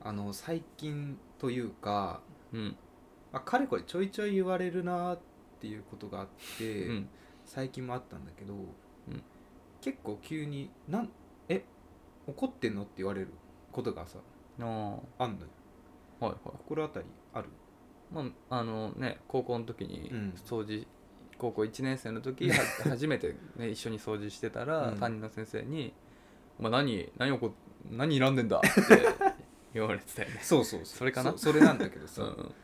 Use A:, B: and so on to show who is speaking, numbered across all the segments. A: あの最近というか、
B: うん
A: まあ、かれこれちょいちょい言われるなっていうことがあって、
B: うん
A: 最近もあったんだけど、
B: ん
A: 結構急に「なんえ怒ってんの?」って言われることがさ
B: ああ
A: あんのよ
B: はいはい
A: 心当たりある
B: まああのね高校の時に
A: うん
B: 掃除、高校1年生の 時は初めて、ね、一緒に掃除してたら、
A: うん
B: 担任の先生に「お前何何をこ何睨んでんだ」って 言われてたよね
A: そうそう
B: それかな
A: そそれなんだけど
B: う
A: さ、
B: ん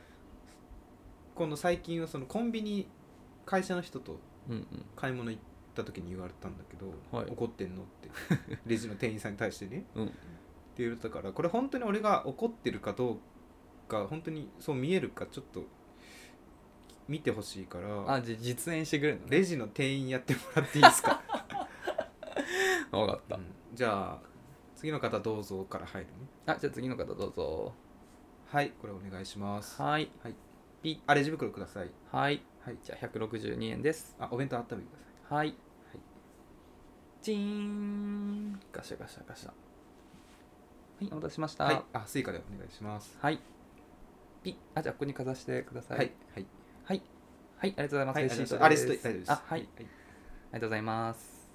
A: この最近はそのコンビニ会社の人と
B: うんうん
A: 買い物行った時に言われたんだけど「
B: はい
A: 怒ってんの?」って レジの店員さんに対してね
B: うん
A: って言われたからこれ本当に俺が怒ってるかどうか本当にそう見えるかちょっと見てほしいか
B: うんあ
A: ら
B: じゃあ実演してくれるのね
A: レジの店員やってもらっていいです か、
B: 分かっ
A: う
B: た、
A: んじゃあ次の方どうぞから入るね
B: あじゃあ次の方どうぞ
A: はいこれお願いします
B: はい
A: ピあレジ袋ください
B: はい
A: はい
B: じゃあ162円です
A: あお弁当温めてください
B: はい、チーンガシャガシャガシャはいお待たせしました、
A: はいあスイカでお願いします
B: はい。ピッ。あ、じゃあ、ここにかざしてください。
A: は。いはい
B: はい。はい、ありがとうござ
A: はいい
B: ます。
A: ありがとう
B: で
A: あレシート大
B: す
A: 丈夫です
B: あ、はい。ありがとうございます。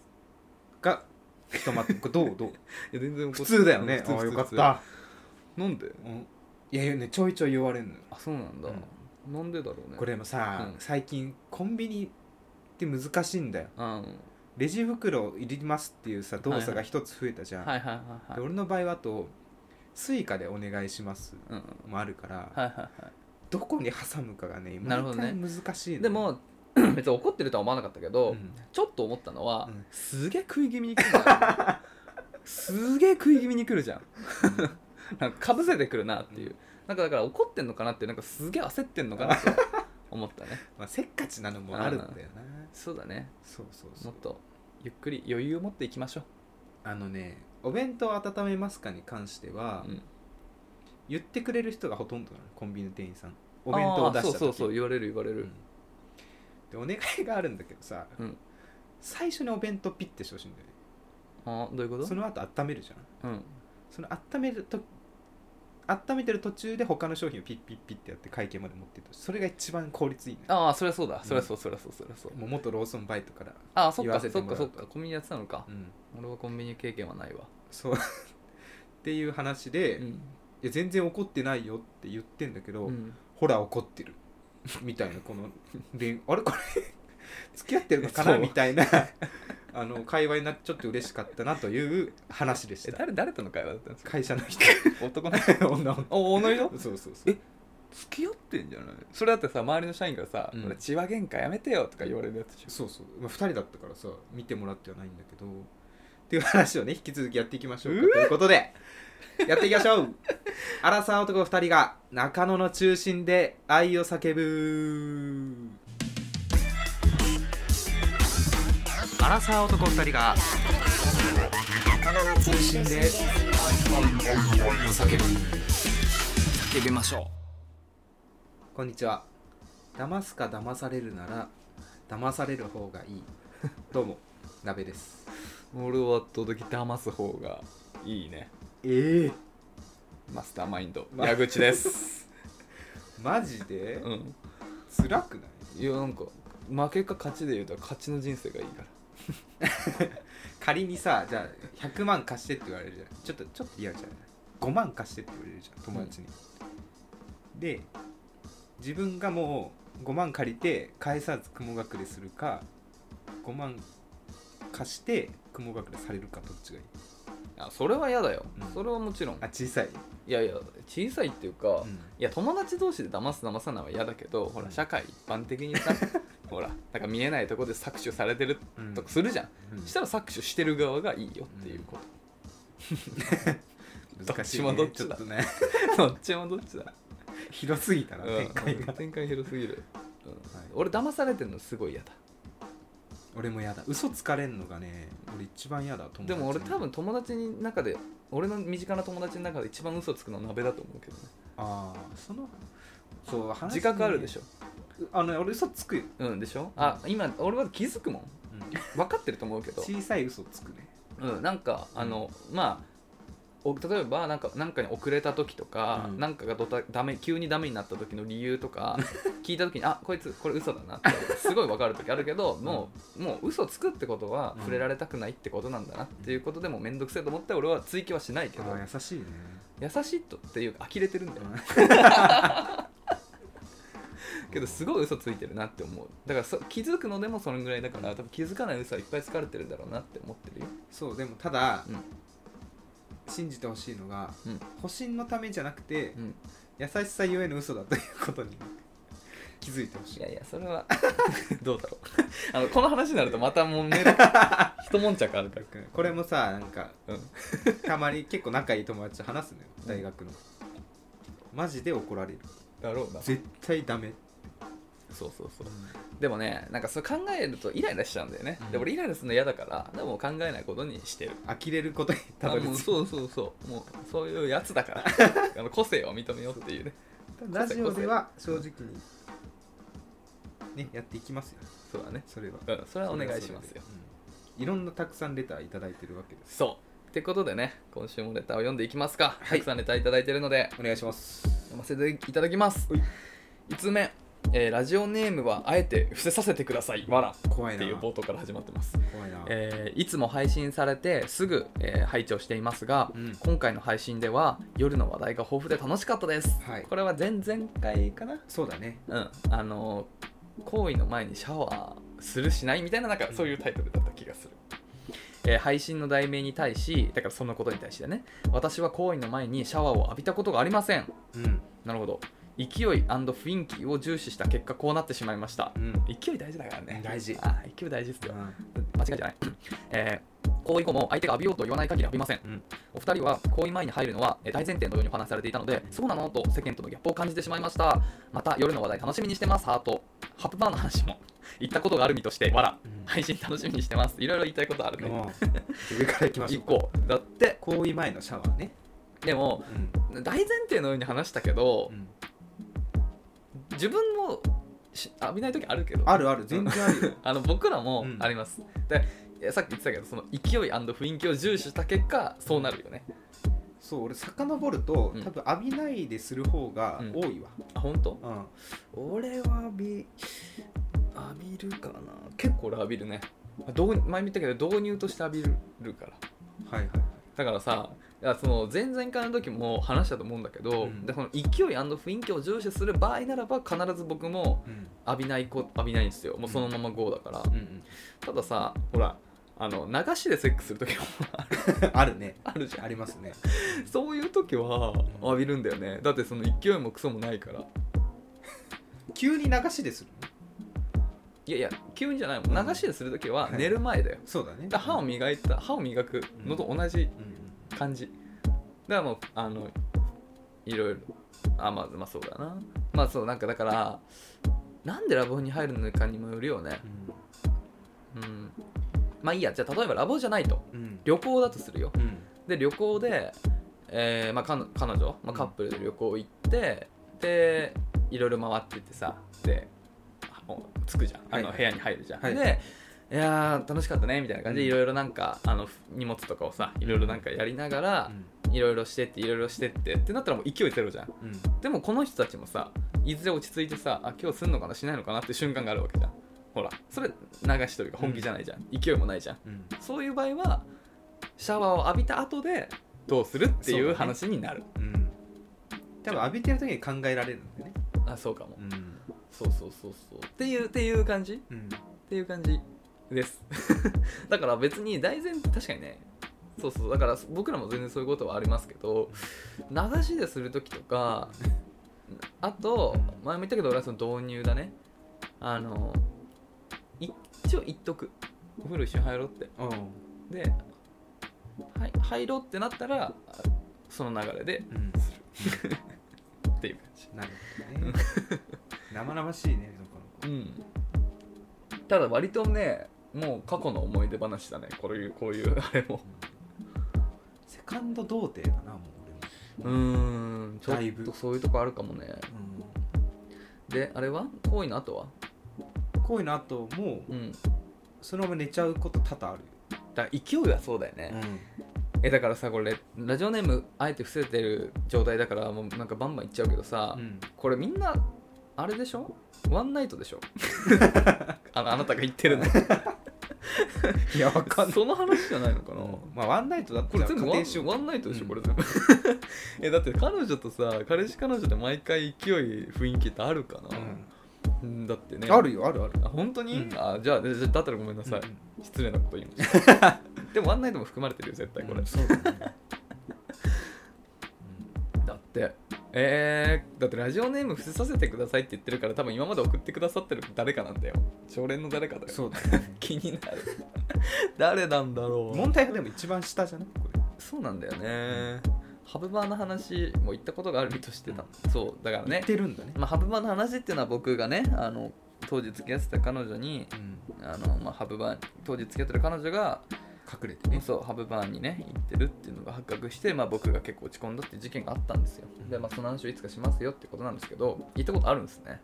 A: がちょっと待ってこれどうどう
B: いや、全然
A: 普通だよねああよかっ。た
B: なんで
A: うんいやいやねちょいちょい言われるのよ
B: あ、そうなんだ。なんでだろうね。
A: こ。れもさ、
B: うん
A: 最近コンビニって難しいんだよ
B: うん。はい
A: レジ袋いりますっていうさ動作が一つ増えたじゃん、
B: はいはい
A: で
B: はい。
A: 俺の場合はあとスイカでお願いします
B: うん。はい
A: もあるから、
B: はいは
A: どこに挟むかがね
B: なるほ
A: 毎
B: どね
A: 回難しいの
B: い。
A: よ
B: でも、 別に怒ってるとは思わなかったけ
A: う
B: ど、
A: ん
B: ちょっと思ったのは、
A: うん
B: すげえ食い気味に来るじ ゃんすげえ食い気味に来るじゃんなんかかぶせてくるなっていう、
A: うん
B: なんかだから怒ってんのかなってなんかすげえ焦ってんのかなと 思ったね
A: まあ、せっかちなのもあるんだよな
B: そうだね
A: そうそうそ
B: もっ
A: う
B: とゆっくり余裕を持っていきましょ
A: あのねお弁当温めますかに関して
B: う、
A: は、
B: うん
A: 言ってくれる人がほとんどなのコンビニの店員さんお弁当を出した
B: あー
A: 時
B: そうそうそう言われる言われる、
A: うんでお願いがあるんだけどさ、
B: うん
A: 最初にお弁当ピッてしてほしいんだよね
B: あーどういうこと
A: その後温めるじゃん
B: うん、
A: その温めると温めてる途中で他の商品をピッピッピッってやって会計まで持ってってほしいそれが一番効率いいね
B: ああそりゃそうだそりゃそうそりゃそうそりゃそう、
A: もう元ローソンバイトから
B: ああそっ
A: 言わ
B: か
A: せ
B: そ
A: て
B: っ
A: もら
B: か
A: う
B: そっかコンビニやってたのか
A: う、ん
B: 俺はコンビニ経験はないわ、
A: そう っていう話で、
B: う
A: い
B: ん
A: や全然怒ってないよって言ってんだけど、
B: うん、
A: ほら怒ってるみたいなこので あれこれ付き合ってるのかな
B: そう
A: みたいなあの会話になってちょっと嬉しかったなという話でし
B: え
A: た
B: 誰誰との会話だった んですか
A: 会社の人
B: 男の
A: 女の
B: お女の人
A: そうそうそう
B: え付き合ってんじゃないそれだってさ周りの社員からさ「
A: うん
B: 俺千葉喧嘩やめてよ」とか言われるやつでしょ
A: そうそう、まあ、2人だったからさ見てもらってはないんだけどっていう話をね引き続きやっていきましょうかということでやっていきましょう アラサー男2人が中野の中心で愛を叫ぶアラサー男2人が中野の中心で愛を叫ぶ
B: 叫びましょ
A: こんにちは騙すか騙されるなら騙される方がいいどうも鍋です
B: う俺は圧倒的騙す方がいいね
A: ええ
B: マスターマインド
A: ま
B: 矢口です
A: マジで、
B: うん
A: 辛くない
B: いやなんか負けか勝ちで言うと勝ちの人生がいいから
A: 仮にさじゃあ100万貸してって言われるじゃんちょっとちょっと嫌じゃない5万貸してって言われるじゃん友達に、で自分がもう5万借りて返さず雲隠れするか5万貸して雲隠れされるかどっちがいい
B: あそれは嫌だよ、
A: うん
B: それはもちろん
A: あ小さい、
B: いやいや小さいっていうか、
A: うん
B: いや友達同士で騙す騙さないは嫌だけどほ
A: う
B: ら
A: ん
B: 社会一般的に さほらなんか見えないとこで搾取されてる
A: うん
B: とかするじゃん
A: うん
B: したら搾取してる側がいいよっていうこと、
A: 難しい、ね、
B: どっち
A: ちょっ
B: もどっちだ
A: とね
B: どっちもどっちだ、
A: 広すぎたな
B: うん
A: 展開が、
B: 展開広すぎる、うん
A: はい
B: 俺騙されてるのすごい嫌だ
A: 俺も嫌だ嘘つかれんのがね俺一番嫌だ友達に
B: でも俺多分友達の中で俺の身近な友達の中で一番嘘つくのは鍋だと思うけどね
A: ああそのそう話
B: 自覚あるで
A: ょ
B: しょ
A: あのね俺嘘つくよ、
B: うんでしょあ今俺は気づくもん分かってると思うけど
A: 小さい嘘つくね
B: うん、なんかあのまあお例えばなんかなんかに遅れた時とか、
A: うん
B: なんかがどたダメ急にダメになった時の理由と か聞いた時にあこいつこれ嘘だなってすごい分かる時あるけど、もうもう嘘つくってことは
A: うん
B: 触れられたくないってことなんだなっていうことでもう面倒くせえと思って俺は追記はしないけど、
A: あー優しいね
B: 優しいとっていうか呆れてるんだよ、けどすごい嘘ついてるなって思うだからそ気づくのでもそのぐらいだから多分気づかない嘘はいっぱい疲れてるんだろうなって思ってるよ
A: そうでもただ、
B: うん
A: 信じてほしいのが、
B: うん
A: 保身のためじゃなくて、
B: うん
A: 優しさゆえの嘘だということに気づいてほしい
B: いやいやそれは どう だろうあのこの話になるとまたもう 目が一悶着あるから
A: これもさなんか、
B: うん
A: たまに結構仲いい友達と話すのよ大学の、マジで怒られる
B: だろうなそう
A: 絶対ダメ、
B: そうそうでもねなんかそう考えるとイライラしちゃうんだよね、
A: うん
B: で俺イライラするの嫌だからでも考えないことにしてる
A: 呆れることにたど
B: あ
A: り
B: もう
A: 着
B: そうそうそうもうそういうやつだ からあの個性を認めようっていうね
A: くラジオでは正直にねやっていきますよ
B: そうだね
A: それは
B: うんそれはお願いしますよ、
A: うんいろんなたくさんレターいただいてるわけです
B: そうってことでね今週もレターを読んでいきますか、たくさんレターいただいてるので
A: お願いします
B: 読ませていただきます
A: はい
B: 5つ目、えーラジオネームはあえて伏せさせてくださいわら
A: 怖い
B: っ
A: な
B: ていう冒頭から始まってます、
A: 怖いな、
B: えーいつも配信されてすぐ、えー拝聴していますが、
A: うん
B: 今回の配信では夜の話題が豊富で楽しかったです、
A: はい
B: これは前々回かな
A: そうだね
B: うんあのー行為の前にシャワーするしないみたいななんかそういうタイトルだった気がする、えー配信の題名に対しだからそのことに対してね私は行為の前にシャワーを浴びたことがありません
A: うん
B: なるほど勢い雰囲気を重視した結果こうなってしまいました
A: うん
B: 勢い大事だからね
A: 大事
B: あー勢い大事ですよ
A: うん
B: 間違いじゃない、えー、行為後も相手が浴びようと言わない限り浴びません、
A: うん
B: お二人は行為前に入るのはえー大前提のようにお話しされていたのでそうなのと世間とのギャップを感じてしまいましたまた夜の話題楽しみにしてますハートハプバーの話も 言ったことがある身としてわら
A: うん
B: 配信楽しみにしてますいろいろ言いたいことあるね
A: もう上からいきまし
B: 一
A: ょう
B: 個だって
A: 行為前のシャワーね
B: でも
A: うん
B: 大前提のように話したけど
A: うん
B: 自分もし浴びない時あるけど
A: あるある全然あるよ
B: あの僕らも
A: うん
B: あります、でいやさっき言ってたけどその勢い雰囲気を重視した結果そうなるよね
A: そう俺遡ると、
B: うん
A: 多分浴びないでする方が多いわ、
B: あ本当
A: うん
B: 俺は浴び浴びるかな結構俺浴びるね導入前見たけど導入として浴びるから
A: はいはい
B: だからさいやその前々回の時も話したと思うんだけど、
A: うん
B: でその勢い雰囲気を重視する場合ならば必ず僕も
A: うん
B: 浴びない子浴びないんですよもうそのまま GO だから、
A: うん
B: たださほらあの流しでセックスする時も
A: うん、 あるね
B: あるじゃん
A: ありますね
B: そういう時は浴びるんだよねだってその勢いもクソもないから
A: 急に流しでするね
B: いやいや急にじゃないもん流しでする時は寝る前だよ、
A: そうだね
B: だ歯を磨いた歯を磨くのと同
A: う
B: じ
A: んうん
B: 感じだからもうあのいろいろあまあまあそうだなまあそうなんかだからなんでラボに入るのかにもよるよねうんまあいいやじゃあ例えばラボじゃないと
A: うんうん
B: 旅行だとするよ
A: うん
B: で旅行で、えーまあ、かの彼女、まあ、カップルで旅行行って、でいろいろ回ってってさであもう着くじゃんあの
A: はい
B: 部屋に入るじゃん、
A: はい
B: でいやー楽しかったねみたいな感じ
A: う
B: で
A: ん
B: いろいろなんかあの荷物とかをさいろいろなんかやりながらいろいろしてっていろいろしてってってなったらもう勢いゼロじゃん
A: うん
B: でもこの人たちもさいずれ落ち着いてさあ今日すんのかなしないのかなって瞬間があるわけじゃんほらそれ流しというか本気じゃないじゃん、勢いもないじゃん
A: うん
B: そういう場合はシャワーを浴びた後でどうするっていう話になる
A: うん多分浴びてる時に考えられるんだよね
B: あそうかも
A: うん
B: そうそうそうそうっていうっていう感じっ
A: うん
B: ていう感じです だから別に大前提確かにねそうそうだから僕らも全然そういうことはありますけど流しでする時とかあと前も言ったけど俺はその導入だねあの一応言っとくお風呂一緒に入ろうって
A: うん
B: で、はい、入ろうってなったらあその流れで
A: うん
B: っていう感じ
A: なるほどね生々しいねなかなか
B: うんただ割とねもう過去の思い出話だねこういうこういうあれも
A: セカンド童貞だなもう俺も
B: うーんちょ
A: だい
B: っ
A: ぶ
B: とそういうとこあるかもねであれは行為の後は
A: こういうのあともう
B: うんだ
A: そのまま寝ちゃうこと多々ある
B: から勢いはそうだよね、
A: よ、
B: えだからさこれラジオネームあえて伏せてる状態だからもうなんかバンバンいっちゃうけどさ、
A: うん
B: これみんなあれでしょワンナイト でしょあのあなたが言ってるの
A: いやわかんない
B: その話じゃないのかな、
A: まあワンナイトだった
B: これ
A: ら
B: 全
A: 仮
B: 部ワン
A: 定しよう
B: ワンナイトでしょ、これ全部 えだって彼女とさ彼氏彼女で毎回勢い雰囲気ってあるかな、うんだってね
A: あるよあるある
B: あ本当に、
A: うん
B: あじゃあじゃあだったらごめんなさい、
A: うん
B: 失礼なこと言いました でもワンナイトも含まれてるよ絶対これ、
A: うんそうだね
B: だってえー、だってラジオネーム伏せさせてくださいって言ってるから多分今まで送ってくださってる誰かなんだよ常連の誰かだ
A: うん
B: よ
A: そうだね
B: 気になる誰なんだろう
A: 問題はでも一番下じゃないこれ
B: そうなんだよねハブバーの話も言ったことがある身としてたそうだから
A: 言
B: ね
A: っ、てるんだね
B: まあ、ハブバーの話っていうのは僕がねあの当時付き合ってた彼女に
A: うん
B: あの、まあ、ハブバー当時付き合ってる彼女が
A: 隠れてね
B: そうハブバーにね行ってるっていうのが発覚して、まあ、僕が結構落ち込んだっていう事件があったんですよで、まあ、その話をいつかしますよってことなんですけど行ったことあるんですね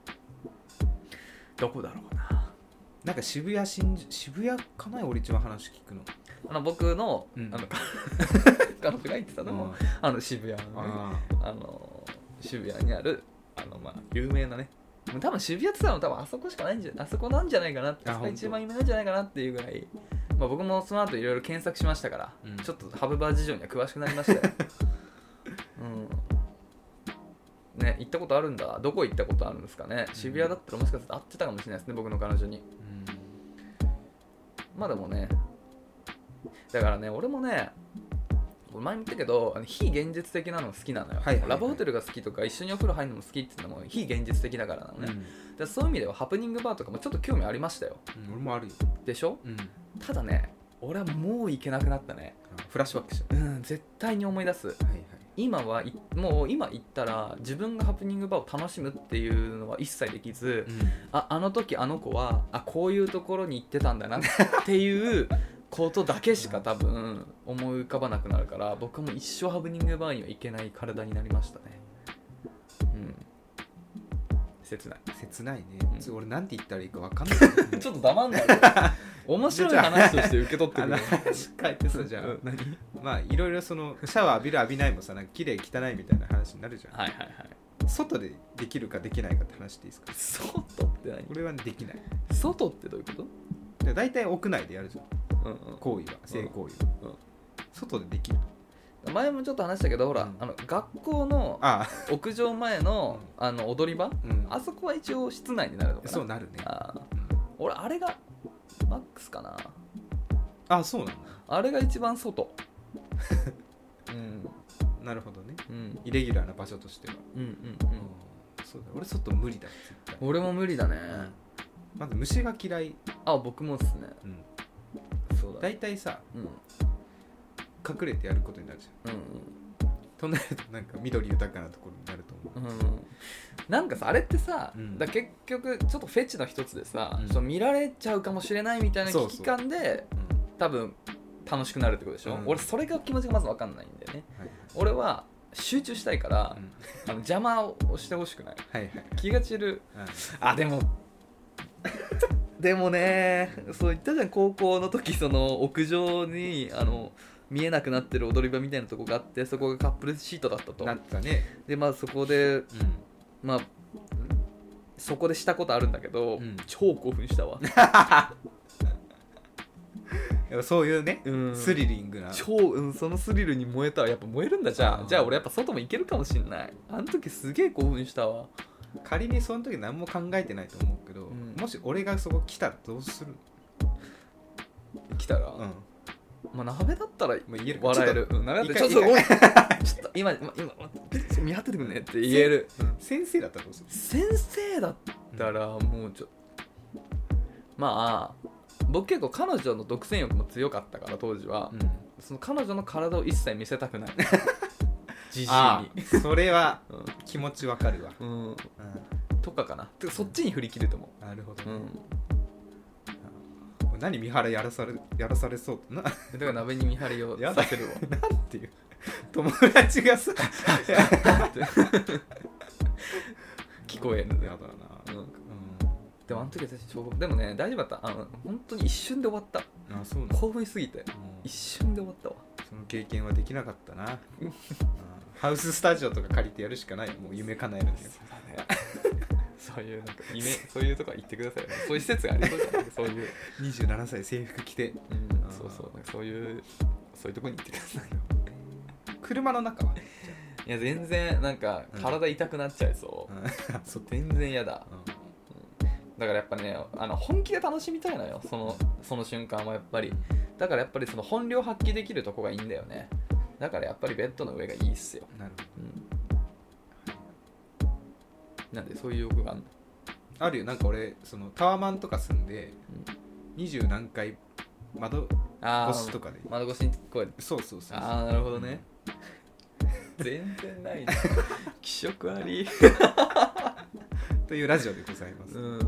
B: どこだろうな
A: なんか渋谷新宿渋谷かな俺一番話聞くの
B: あの僕の,、
A: うん
B: あの彼女が行ってたのも、あの渋谷のね
A: あ
B: あの渋谷にあるあのまあ有名なねもう多分渋谷って言ったら多分あそこしかないんじゃあそこなんじゃないかなって
A: あ
B: あそこ
A: ほんと
B: 一番有名なんじゃないかなっていうぐらい、まあ、僕もその後いろいろ検索しましたから、
A: うん
B: ちょっとハブバー事情には詳しくなりましたよ、 うん、ね行ったことあるんだどこ行ったことあるんですかね渋谷だったらもしかすると会ってたかもしれないですね僕の彼女に
A: うん
B: まあでもねだからね俺もね俺前に言ったけどあの非現実的なの好きなのよ、
A: はいはいはい
B: ラブホテルが好きとか一緒にお風呂入るのも好きっていうのも非現実的だからなのね、だからそういう意味ではハプニングバーとかもちょっと興味ありましたよ
A: うん俺もあるよ
B: でしょ
A: うん
B: ただね俺はもう行けなくなったね
A: フラッシュバックしちゃ
B: うん絶対に思い出す
A: うはいはい
B: 今はいもう今行ったら自分がハプニングバーを楽しむっていうのは一切できず、ああの時あの子はあこういうところに行ってたんだなっていうことだけしか多分思い浮かばなくなるから僕も一生ハプニングバーには行けない体になりましたねうん切ない
A: 切ないね
B: うん
A: つ俺なんて言ったらいいかわかんない
B: ちょっと黙んない 面白い話として受け取って
A: あ
B: く
A: の
B: れ
A: 話変えてさじゃあ
B: うん何はい
A: まあいろいろそのシャワー浴びる浴びないもさなんか綺麗汚いみたいな話になるじゃん、
B: はいはい
A: 外でできるかできないかって話でいいですか
B: 外って何
A: 俺はできない
B: 外ってどういうこ
A: で大体屋内でやるじゃん
B: と、うんうん
A: 行為は性行為は、
B: うん
A: 外でできる
B: 前もちょっと話したけどほら、
A: うん
B: あの学校の
A: ああ、
B: 屋上前のあの踊り場
A: うん
B: あそこは一応室内になるのかな
A: そうなるね
B: あー
A: うん
B: 俺あれがマックスかな
A: あそうなんだ
B: あれが一番 外うん
A: なるほどね
B: うん
A: イレギュラーな場所としては、
B: うんうんうん
A: うんそうだ俺外無理だ絶対
B: 俺も無理だね、
A: うんまず虫が嫌い、
B: あ僕もっすね
A: うん、
B: そうだね
A: 大体さ
B: うんうん
A: 隠れてやることになるじゃん となるとなんか緑豊かなところになると思う
B: うんうんなんかさあれってさ、
A: うん
B: だ結局ちょっとフェチの一つでさ、
A: うん
B: その見られちゃうかもしれないみたいな
A: そ
B: 危
A: うそう
B: 機感で
A: うん
B: 多分楽しくなるってことでしょ、
A: うん
B: 俺それが気持ちがまず分かんないんだよね
A: はい
B: 俺は集中したいから、
A: うん
B: あの邪魔をしてほしくない
A: はいはい
B: 気が散る
A: うん
B: あでもでもねそう言ったじゃん高校の時その屋上にあの見えなくなってる踊り場みたいなとこがあってそこがカップルシートだったと
A: なったね、
B: でまあそこで
A: う
B: まあそこでしたことあるんだけど、
A: うん
B: 超興奮したわ、
A: ん、やっぱそういうね、
B: うん
A: スリリングな
B: 超、うん、そのスリルに燃えたらやっぱ燃えるんだじゃ
A: う
B: あ
A: ん
B: じゃあ俺やっぱ外も行けるかもしんないあの時すげえ興奮したわ
A: 仮にその時何も考えてないと思うけど、
B: うん
A: もし俺がそこ来たらどうする
B: 来たら、
A: うん、ま
B: まあ鍋だったら
A: あ、言える
B: 笑える
A: ちょっと一回一
B: うん ちょっとごめ
A: 回
B: んちょっと今今今見張っててくんねって言える
A: うん先生だったらどうする
B: 先生だったらもうちょまあ僕結構彼女の独占欲も強かったから当時は、
A: うん
B: その彼女の体を一切見せた くないじじい
A: あ
B: に
A: あそれは気持ちわかるわ、
B: うん、うん
A: うん、
B: とかかなてかそっちに振り切ると思
A: なるほど
B: う、う
A: ね、
B: ん、
A: 何三原やらされやらされそうだなな
B: だから鍋に見張り を
A: やだ
B: させるわ
A: んていう友達がさや
B: 聞こえるんだ
A: だ
B: よ、う
A: な、
B: ん、
A: う
B: でもあの時は私小でもね大丈夫だったあの本当に一瞬で終わった
A: ん、あそうなんだ、
B: 興奮しすぎて
A: うん
B: 一瞬で終わったわ
A: その経験はできなかったな、うんハウススタジオとか借りてやるしかないもう夢叶えるんだよ
B: そうだねそういうなんか夢 そういうとこ行ってくださいねそういう施設がありそうじゃないそういう、
A: 27歳制服着 て
B: うん
A: あー
B: そうそうなんかそういうそういうとこに行ってください
A: 車の中は、ね
B: いや全然なんか
A: うん
B: 体痛くなっちゃいそう、
A: うんそう
B: 全然嫌だ
A: うん
B: だからやっぱねあの本気で楽しみたいのよそのその瞬間はやっぱりだからやっぱりその本領発揮できるとこがいいんだよねだからやっぱりベッドの上がいいっすよ、
A: なるほど
B: うん、なんでそういう欲があるの
A: あるよなんか俺そのタワマンとか住んで二十何階窓
B: あ
A: 越しと
B: あ
A: かで
B: 窓越しに声
A: そうそうそう
B: ああなるほどね全然ないね気色あり
A: というラジオでございます、
B: うん
A: ね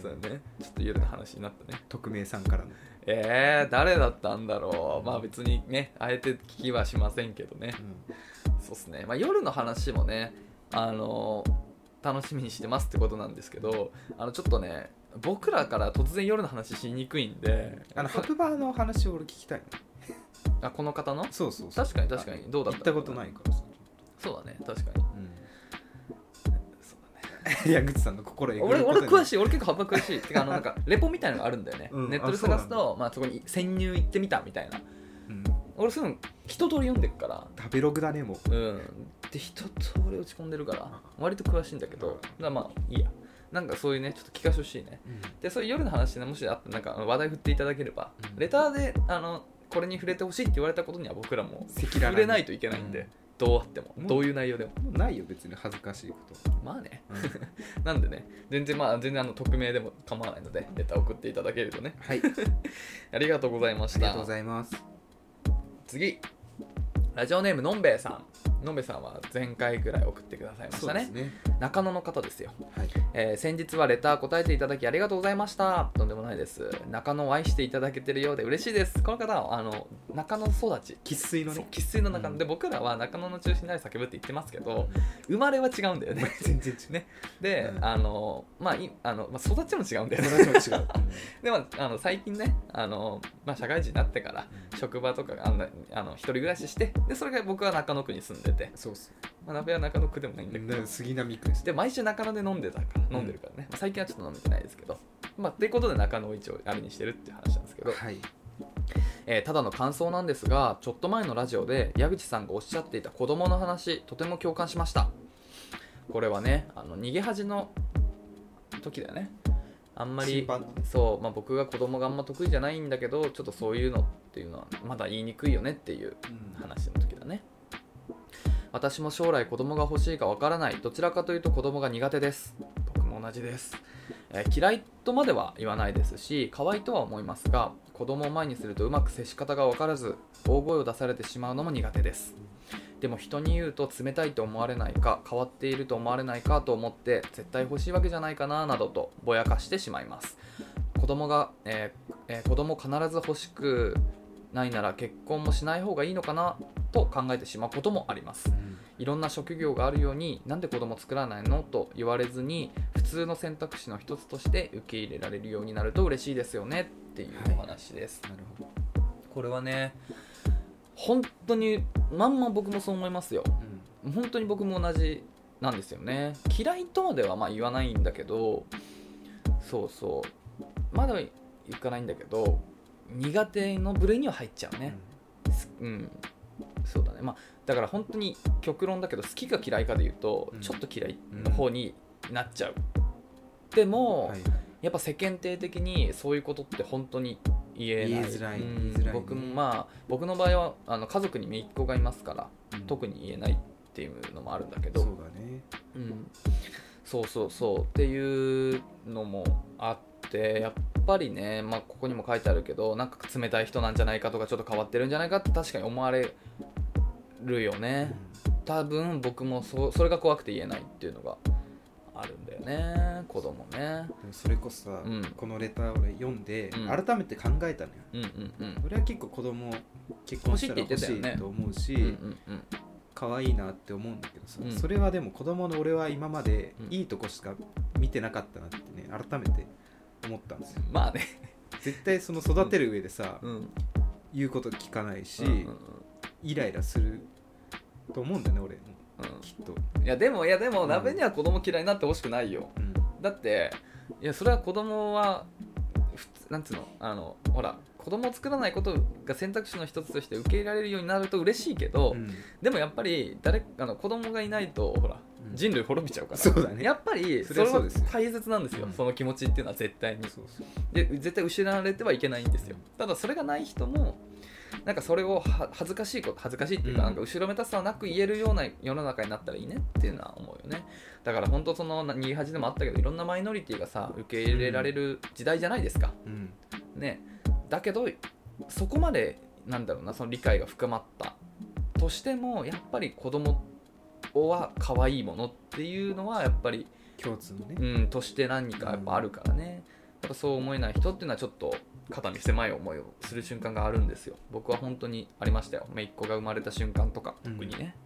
B: そうだねちょっと夜の話になったね
A: 匿名さんからの
B: えー、誰だったんだろうまあ別にねあえて聞きはしませんけどねそうっすね、まあ、夜の話もね、あの楽しみにしてますってことなんですけどあのちょっとね僕らから突然夜の話しにくいんで
A: あの
B: そ
A: ハプバーの話を俺聞きたいな
B: あこの方の
A: そうそうそう
B: 確かに確かにどうだ
A: 行
B: っ
A: ったたことないいからさ、
B: そうだね確かにそう
A: う ん、矢口さんの心えぐ
B: 俺
A: るこ
B: 俺
A: とに
B: 詳しい俺結構幅詳しいってかあのな んかレポみたいのがあるんだよね、
A: うん
B: ネットで
A: あそうな
B: 探
A: んだ
B: すとまあ、そこに潜入行ってみたみたいな
A: うん
B: 俺そういうの一通り読んでるから
A: 食べログだねもう
B: うんで一通り落ち込んでるから割と詳しいんだけどだからまあいいやなんかそういうねちょっと聞かせてほしいねでそういう夜の話ねもしあったらなんかあの話題振っていただければ、
A: うん
B: レターであのこれに触れてほしいって言われたことには僕らも
A: 赤
B: 触れないといけないんで、どうあっても
A: うん
B: どういう内容でも
A: もうないよ別に恥ずかしいことは
B: まあね
A: うん
B: なんでね全然まあ全然あの匿名でも構わないのでレター送っていただけるとね
A: はい
B: ありがとうございま
A: あ
B: し
A: り
B: た
A: がとうございます
B: 次ラジオネームのんべえさんのんべえさんは前回ぐらい送ってくださいましたね
A: ね
B: 中野の方ですよ
A: はい
B: えー先日はレター答えていただきありがとうございましたとんでもないです中野を愛していただけてるようで嬉しいですこの方はあの中野育ち
A: 生粋の
B: そう
A: ね
B: 生粋の中野、
A: うん
B: で僕らは中野の中心になる叫ぶって言ってますけど生まれは違うんだよね
A: 全然違う
B: ねで、
A: うん
B: あのまあいあの、まあ、育ちも違うんだよね
A: 話も違う
B: でもあの最近ねあの、まあ、社会人になってから職場とかあのあの一人暮らししてでそれから僕は中野区に住んで て、
A: そうっす
B: まあ、鍋は中野区でもないんだけど、
A: ね杉並区です
B: で毎週中野で飲んでたから飲んでるからね、まあ最近はちょっと飲めてないですけどまあっていうことで中野を一応あれにしてるっていう話なんですけど、
A: はい
B: えーただの感想なんですがちょっと前のラジオで矢口さんがおっしゃっていた子供の話とても共感しましたこれはねあの逃げ恥の時だよねあんまり
A: 審判のね
B: そう、まあ、僕が子供があんま得意じゃないんだけどちょっとそういうのっていうのはまだ言いにくいよねっていう話の時だね私も将来子供が欲しいかわからないどちらかというと子供が苦手です僕も同じです、えー嫌いとまでは言わないですし可愛いとは思いますが子供を前にするとうまく接し方が分からず大声を出されてしまうのも苦手ですでも人に言うと冷たいと思われないか変わっていると思われないかと思って絶対欲しいわけじゃないかななどとぼやかしてしまいます子供が、えーえー子供必ず欲しくないなら結婚もしない方がいいのかなと考えてしまうこともあります
A: うん
B: いろんな職業があるようになんで子供作らないのと言われずに普通の選択肢の一つとして受け入れられるようになると嬉しいですよねっていうお話です、
A: なるほど
B: これはね本当にまんま僕もそう思いますよ本当に僕も同じなんですよね嫌いとまではまあ言わないんだけどそうそうまだいかないんだけど苦手の部類には入っちゃうね、すうんそうだねまあだから本当に極論だけど好きか嫌いかで言うと、
A: うん
B: ちょっと嫌いの方になっちゃう、で
A: うん
B: も、
A: はい
B: やっぱ世間体的にそういうことって本当に言えない
A: 言いづらい
B: う
A: 言
B: ん
A: いづらいね
B: 僕もまあ僕の場合はあの家族に姪っ子がいますから、
A: うん
B: 特に言えないっていうのもあるんだけど
A: そうだね
B: うん、そうそうそうっていうのもあってやっぱりね、まあ、ここにも書いてあるけどなんか冷たい人なんじゃないかとかちょっと変わってるんじゃないかって確かに思われるよね多分僕もそそれが怖くて言えないっていうのがあるんだよね子供
A: で
B: ね
A: もそれこそさ
B: うん
A: このレター俺読んで
B: うん
A: 改めて考えたのよ
B: うんうんうん
A: 俺は結構子供結婚したら
B: 欲
A: 欲
B: しいって言っ
A: し
B: てたよね
A: いと思う
B: うんう
A: し
B: んうん
A: 可愛いなって思うんだけどさ
B: うん
A: それはでも子供の俺は今まで
B: うん
A: いいとこしか見てなかったなってね改めて思ったんですよ
B: まあね
A: 絶対その育てる上でさ
B: うん
A: 言うこと聞かないし
B: うんうん
A: イライラすると思うんだね俺
B: う
A: きっと、
B: ん、いやでもいやでも
A: うん
B: 鍋には子供嫌いになってほしくないよ
A: うん、
B: だっていやそれは子供は普通なんつうのあのほら子供を作らないことが選択肢の一つとして受け入れられるようになると嬉しいけど、
A: うん
B: でもやっぱり誰あの子供がいないとほら
A: うん
B: 人類滅びちゃうから、
A: そうだね
B: やっぱり
A: そ
B: そ
A: れ
B: れ
A: はそ
B: は
A: うですよ
B: 大切なんですよ、
A: うん
B: その気持ちっていうのは絶対に
A: そうそう
B: で絶対失われてはいけないんですよ
A: うん
B: ただそれがない人もなんかそれをは恥ずかしいこと恥ずかしいっていう
A: う
B: か,、
A: ん
B: なんか後ろめたさはなく言えるような世の中になったらいいねっていうのは思うよねだから本当そのな逃げ恥でもあったけどいろんなマイノリティがさ受け入れられる時代じゃないですか、
A: うん
B: ねだけどそこまでなんだろうなその理解が深まったとしてもやっぱり子供は可愛いものっていうのはやっぱり、
A: 共通のね
B: うん、として何かやっぱあるからねやっぱそう思えない人っていうのはちょっと肩身狭い思いをする瞬間があるんですよ僕は本当にありましたよ姪っ子が生まれた瞬間とか
A: うん
B: 特にね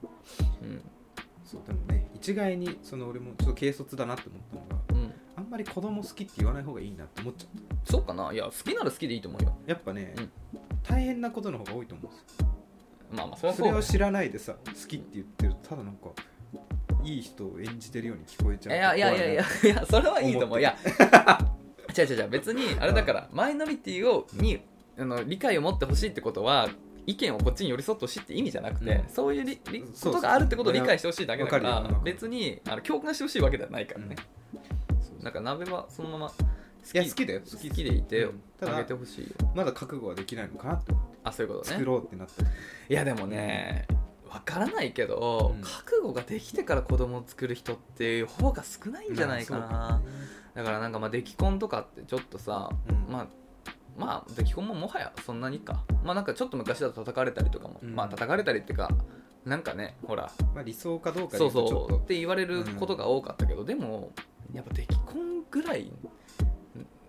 A: そうでもね一概にその俺もちょっと軽率だなって思ったのが
B: うん、うん、
A: あんまり子供好きって言わない方がいいなって思っちゃっ
B: そうかないや好きなら好きでいいと思うよ
A: たやっぱね、
B: うん
A: 大変なことの方が多いと思うんですよ
B: まあまあそれは
A: そ
B: そう
A: れ
B: だ
A: を知らないでさ好きって言ってるとただなんかいい人を演じてるように聞こえちゃう
B: い
A: い
B: やいやいやいやいやそれはいいと思ういや違う違う違う別にあれだからマイノリティをにあの理解を持ってほしいってことは意見をこっちに寄り添ってほしいって意味じゃなくて、
A: うん
B: そういうりりこ
A: そうそう
B: とがあるってことを理解してほしいだけだか
A: いやわ
B: ら
A: かるよわかる
B: 別にあの共感してほしいわけではないからね、
A: うん
B: なんか鍋はそのまま好き
A: いや好きだよ
B: 好きでいて
A: うんた
B: あげ
A: だ
B: てほしいよ
A: まだ覚悟はできないのかなって思って
B: あそういうこと
A: 作
B: ね
A: ろうってなったら
B: いやでもねわからないけど、
A: うん
B: 覚悟ができてから子供を作る人っていう方が少ないんじゃないかな、
A: まあそうね
B: だからなんかまあ出来婚とかってちょっとさ、
A: うん
B: まあまあ出来婚ももはやそんなにかまあなんかちょっと昔だと叩かれたりとかも、
A: うん
B: まあ叩かれたりっていうかなんかねほら
A: まあ理想かどうかで
B: そ
A: 言
B: う
A: うとちょ
B: そうっ
A: って
B: 言われることが多かったけど、でもやっぱ出来婚ぐらい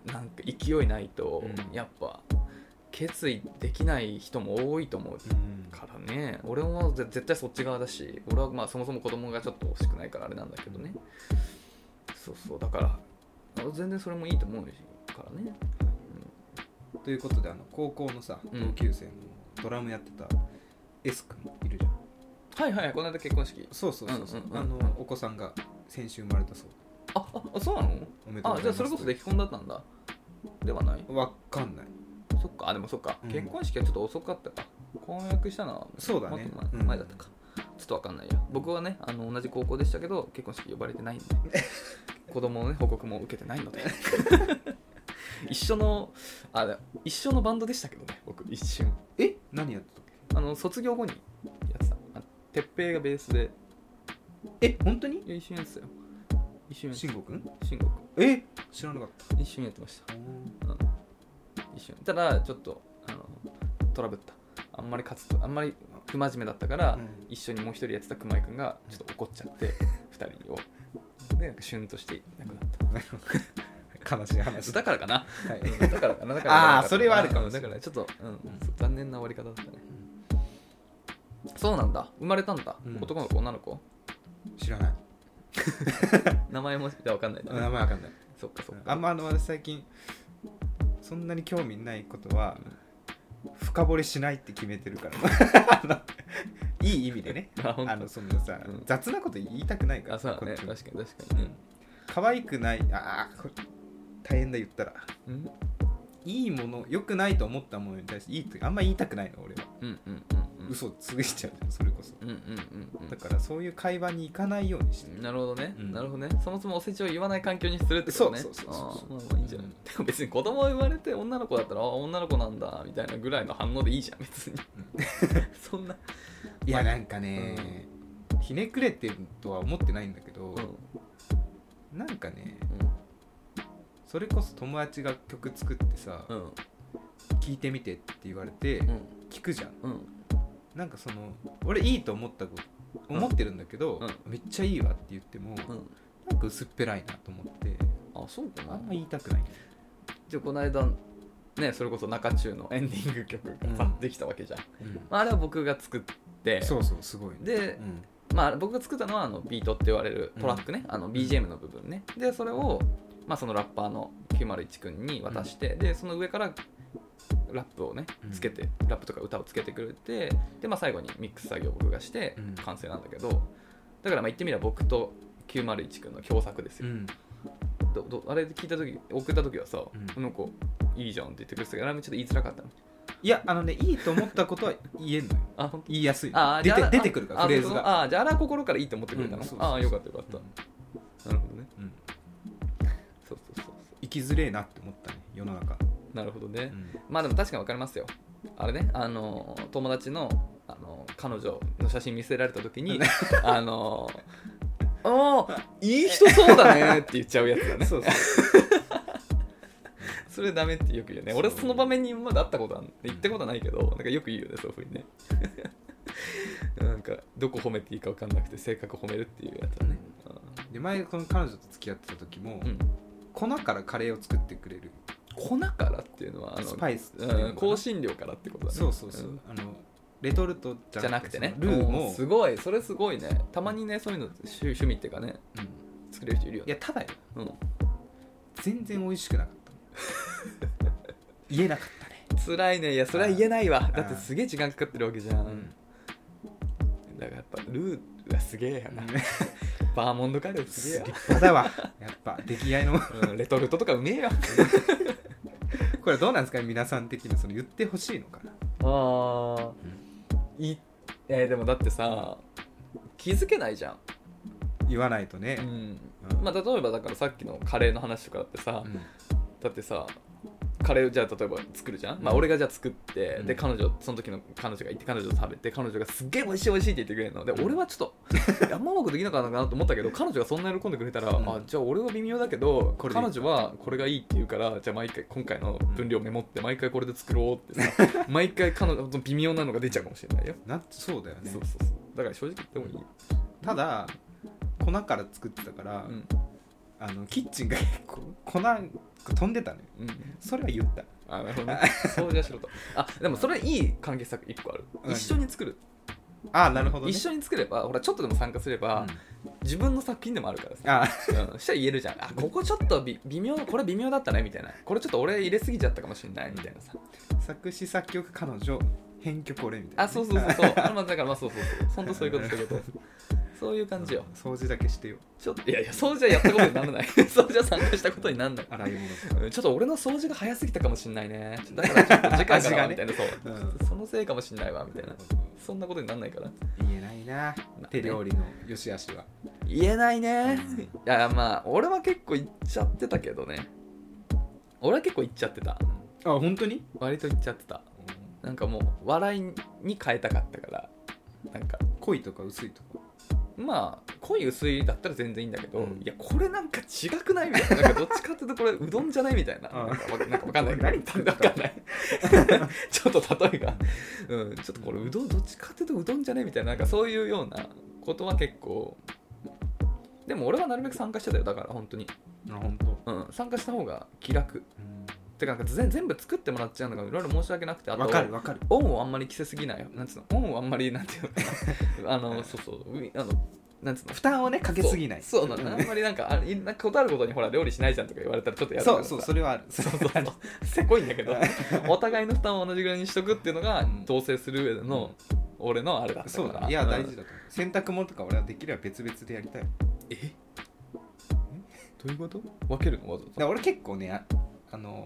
B: なんか勢いないと、
A: うん
B: やっぱ決意できない人も多いと思う
A: とうん
B: からね俺もぜ絶対そっち側だし俺はまあそもそも子供がちょっと欲しくないからあれなんだけどねそうそうだからあ全然それもいいと思うからね
A: ということであの高校のさ
B: うん
A: 同級生のドラムやってた S 君いるじゃん
B: はいはいこの間結婚式
A: そうそうそうそう
B: うんうんうん
A: あのお子さんが先週生まれたそう
B: あああそうなの
A: おめでとうござ
B: あ
A: います
B: じゃあそれこそ出来婚だったんだではない
A: わかんない
B: そっかあでもそっか、
A: うん
B: 結婚式はちょっと遅かったか婚約したのは
A: そうだね
B: もっと前
A: うん
B: 前だったかちょっとわかんないや僕はねあの同じ高校でしたけど結婚式呼ばれてない んで子供の、ね、報告も受けてないので 一緒のあで一緒のバンドでしたけどね僕一瞬
A: え何やってたっ
B: あの卒業後にやってたあ鉄平がベースで
A: けえ本当に
B: いや一瞬やってたよ一瞬やって
A: 慎吾君
B: た慎吾
A: え知らなかっ
B: 君一瞬やってました
A: た
B: 一瞬ただちょっとあのトラブったあんまり勝つとあんまり不真面目だったから、
A: うん
B: 一緒にもう一人やってた熊井君がちょっと怒っち ゃって二人をでなんかシュンとして亡くなっ
A: なるほ ど悲しい
B: た
A: 話
B: だからかな
A: はい
B: うんだからかなだから
A: あーそれはあるかもしれない
B: だからちょっと、うん、そう残念な終わり方だったねそうなんだ生まれたんだ、
A: うん
B: 男の子女の子
A: 知らない
B: 名前もじゃあ分かんないんだね
A: 名前わかんない
B: そっかそっか
A: あんまあの私最近そんなに興味ないことは深掘りしないって決めてるからあ のいい意味でね
B: あ本当
A: あのそのさ、
B: うん
A: 雑なこと言いたくないから
B: あそうだね
A: こっち
B: 確
A: も
B: かに確かにね、
A: 可愛くないあーこれ大変だ言ったら
B: うん、
A: いいもの良くないと思ったものに対していいってあんま言いたくないの俺は、
B: うんうんうんうん
A: 嘘をついちゃうじゃんそれこそ
B: うんうんうんうん
A: だからそういう会話に行かないようにしてる
B: なるほどね、
A: うん
B: なるほどねそもそもおせちを言わない環境にするってことね
A: そうそうそうそう
B: あーまあまあいいんじゃない、
A: うん
B: でも別に子供生まれて女の子だったらあー女の子なんだみたいなぐらいの反応でいいじゃん別に そんな、
A: いやなんかね、ひねくれてるとは思ってないんだけど、
B: うん
A: なんかねそれこそ友達が曲作ってさ
B: うんうん
A: 聴いてみてって言われて
B: うん
A: 聞くじゃん
B: うん
A: なんかその俺いいと思ったこと思ってるんだけど、
B: う
A: めっちゃいいわって言っても、
B: うん
A: なんか薄っぺらいなと思って
B: あそうか
A: あ
B: なん
A: ま言いたくない、
B: じゃあこの間ねそれこそ中中のエンディング曲がさ、
A: うん
B: できたわけじゃん、まあ、あれは僕が作って
A: そうそうすごいね
B: で
A: うん
B: まあ、僕が作ったのはあのビートって言われるトラックね、あの BGM の部分ねでそれを、まあ、そのラッパーの901くんに渡して、でその上からラップをね
A: うん
B: つけて、ラップとか歌をつけてくれてで、まあ、最後にミックス作業を僕がして
A: うん
B: 完成なんだけど、だからまあ言ってみれば僕と901くんの共作です
A: う
B: よ、
A: ん
B: どどあれ聞いた時送った時はさ、
A: う
B: なんかいいじゃんって言ってくれてたけどあれもちょっと言いづらかったの
A: いやあのねいいと思ったことは言えんのよ
B: あ本当
A: 言いやすい
B: あ
A: の出
B: じゃ
A: て
B: あ
A: 出てくるから
B: あ
A: フレーズが
B: あじゃああれは心からいいと思ってくれた
A: う
B: の、
A: んそうそうそう
B: ああよかったよかった、なるほどね
A: うん
B: そうそうそうそ
A: 生きづれえなって思ったね世の中
B: うなるほどね、
A: うん
B: まあでも確かに分かりますよあれねあの友達のあの彼女の写真見せられた時 にあのああいい人そうだねって言っちゃうやつだね
A: そうそう
B: それダメってよく言うね俺その場面に今まで会ったことあん言ったことはないけどなんかよく言うよねそういうふうにね なんかどこ褒めていいか分かんなくて性格褒めるっていうやつだね
A: で前この彼女と付き合ってた時も、
B: うん、
A: 粉からカレーを作ってくれる
B: 粉からっていうのはあの
A: スパイスっていうのかな
B: うん、香辛料からってことだね
A: そうそうそう、
B: ん
A: あのレトルト
B: じゃなくてね
A: そのルー
B: うん
A: も、
B: すごいそれすごいねたまにねそういうの趣趣味っていうかね
A: うんい
B: 作れる人いるよね
A: やただよ
B: うん、
A: 全然美味しくなかった 言えなかったね、
B: 辛いねいやそれは言えないわ
A: ん
B: だってすげえ時間かかってるわけじゃん、だからやっぱルーはすげえやな、バーモンドカレーすげえ
A: 立派だわ やっぱ出来合いの
B: や、うん、レトルトとかうめえよ
A: これどうなんですか皆さん的にその言ってほしいのかな
B: ああいえーでもだってさ気づけないじゃん、
A: 言わないとね、
B: うん
A: うん
B: まあ、例えばだからさっきのカレーの話とかだってさ、
A: うん
B: だってさカレーをじゃあ例えば作るじゃん、まあ、俺がじゃあ作って、
A: うん
B: で彼女その時の彼女がいて彼女と食べて彼女がすっげえ美味しい美味しいって言ってくれるので
A: うん
B: 俺はちょ っとあんまうまくできなかったかなと思ったけど彼女がそんな喜んでくれたら、
A: うん
B: あじゃあ俺は微妙だけど
A: これでいい
B: 彼女はこれがいいって言うからじゃあ毎回今回の分量メモって毎回これで作ろうってさ 毎回彼女の微妙なのが出ちゃうかもしれないよ、
A: なそうだよね
B: そうそうそうだから正直言ってもいい、
A: ただ粉から作ってたから、
B: うん
A: あのキッチンが結構粉が飛んでたのよ
B: うん、
A: それは言った
B: あなるほ どねそうじゃしろとあでもそれいい関係策1個ある
A: うん
B: 一緒に作る
A: ああなるほど、ね、
B: 一緒に作ればほらちょっとでも参加すれば、自分の作品でもあるか
A: う
B: ら
A: んあ
B: さ、うん、そしたら言えるじゃんあここちょっとび微妙これ微妙だったねみたいなこれちょっと俺入れすぎちゃったかもしれないみたいなさ
A: 作詞作曲彼女編曲俺みたいなね、
B: あそうそうそう そうあまあだからまあそうそうそうほんとそういうことそういうことそういう感じよ
A: 掃除だけしてよ
B: ちょっといやいや掃除はやったことに ならない掃除は参加したことにならない
A: 洗い物とか
B: うんちょっと俺の掃除が早すぎたかもしれないねちょだからちょっと次回か
A: 味
B: ら
A: が
B: み
A: ね
B: たいな、そう、
A: う
B: そのせいかもしれないわみたいなそんなことにならないから
A: 言えないな手料理の良し悪しは
B: 言えないね
A: うん
B: いやまあ俺は結構言っちゃってたけどね俺は結構言っちゃってた
A: あ本当に
B: 割と言っちゃってたなんかもう笑いに変えたかったからなんか
A: 恋とか薄いとか
B: まあ濃い薄いだったら全然いいんだけど、
A: うん
B: いやこれなんか違くないみたいななんかどっちかっていうとこれうどんじゃないみ たいな
A: うん
B: なんかわなんかわかんないけど
A: 何言ってんだ
B: わかんない ちょっと例えが、うん、ちょっとこれうどんどっちかっていうとうどんじゃねみたいななんかそういうようなことは結構でも俺はなるべく参加してたよだから本当に
A: あ本当
B: うん、参加した方が気楽てかなんか全全部作ってもらっちゃうのがいろいろ申し訳なくてあと
A: わかるわかる
B: オンをあんまり着せすぎないなんつうのオンをあんまりなんていうのかなあの そうそうういあのなんつうの
A: 負担をねかけすぎない
B: そうそうなのあんまりなんかあいなんか断ることにほら料理しないじゃんとか言われたらちょっとやだ
A: そ
B: から
A: う
B: さ
A: そうそれはある
B: そうそうそうせこいんだけどお互いの負担を同じぐらいにしとくっていうのが
A: うん
B: 同棲する上での俺のあれだったか
A: そ
B: ら
A: うだいや大事だと思
B: だ
A: う洗濯物とか俺はできれば別々でやりたいだか
B: えどういうこと分けるのわざ
A: ら俺結構ねああの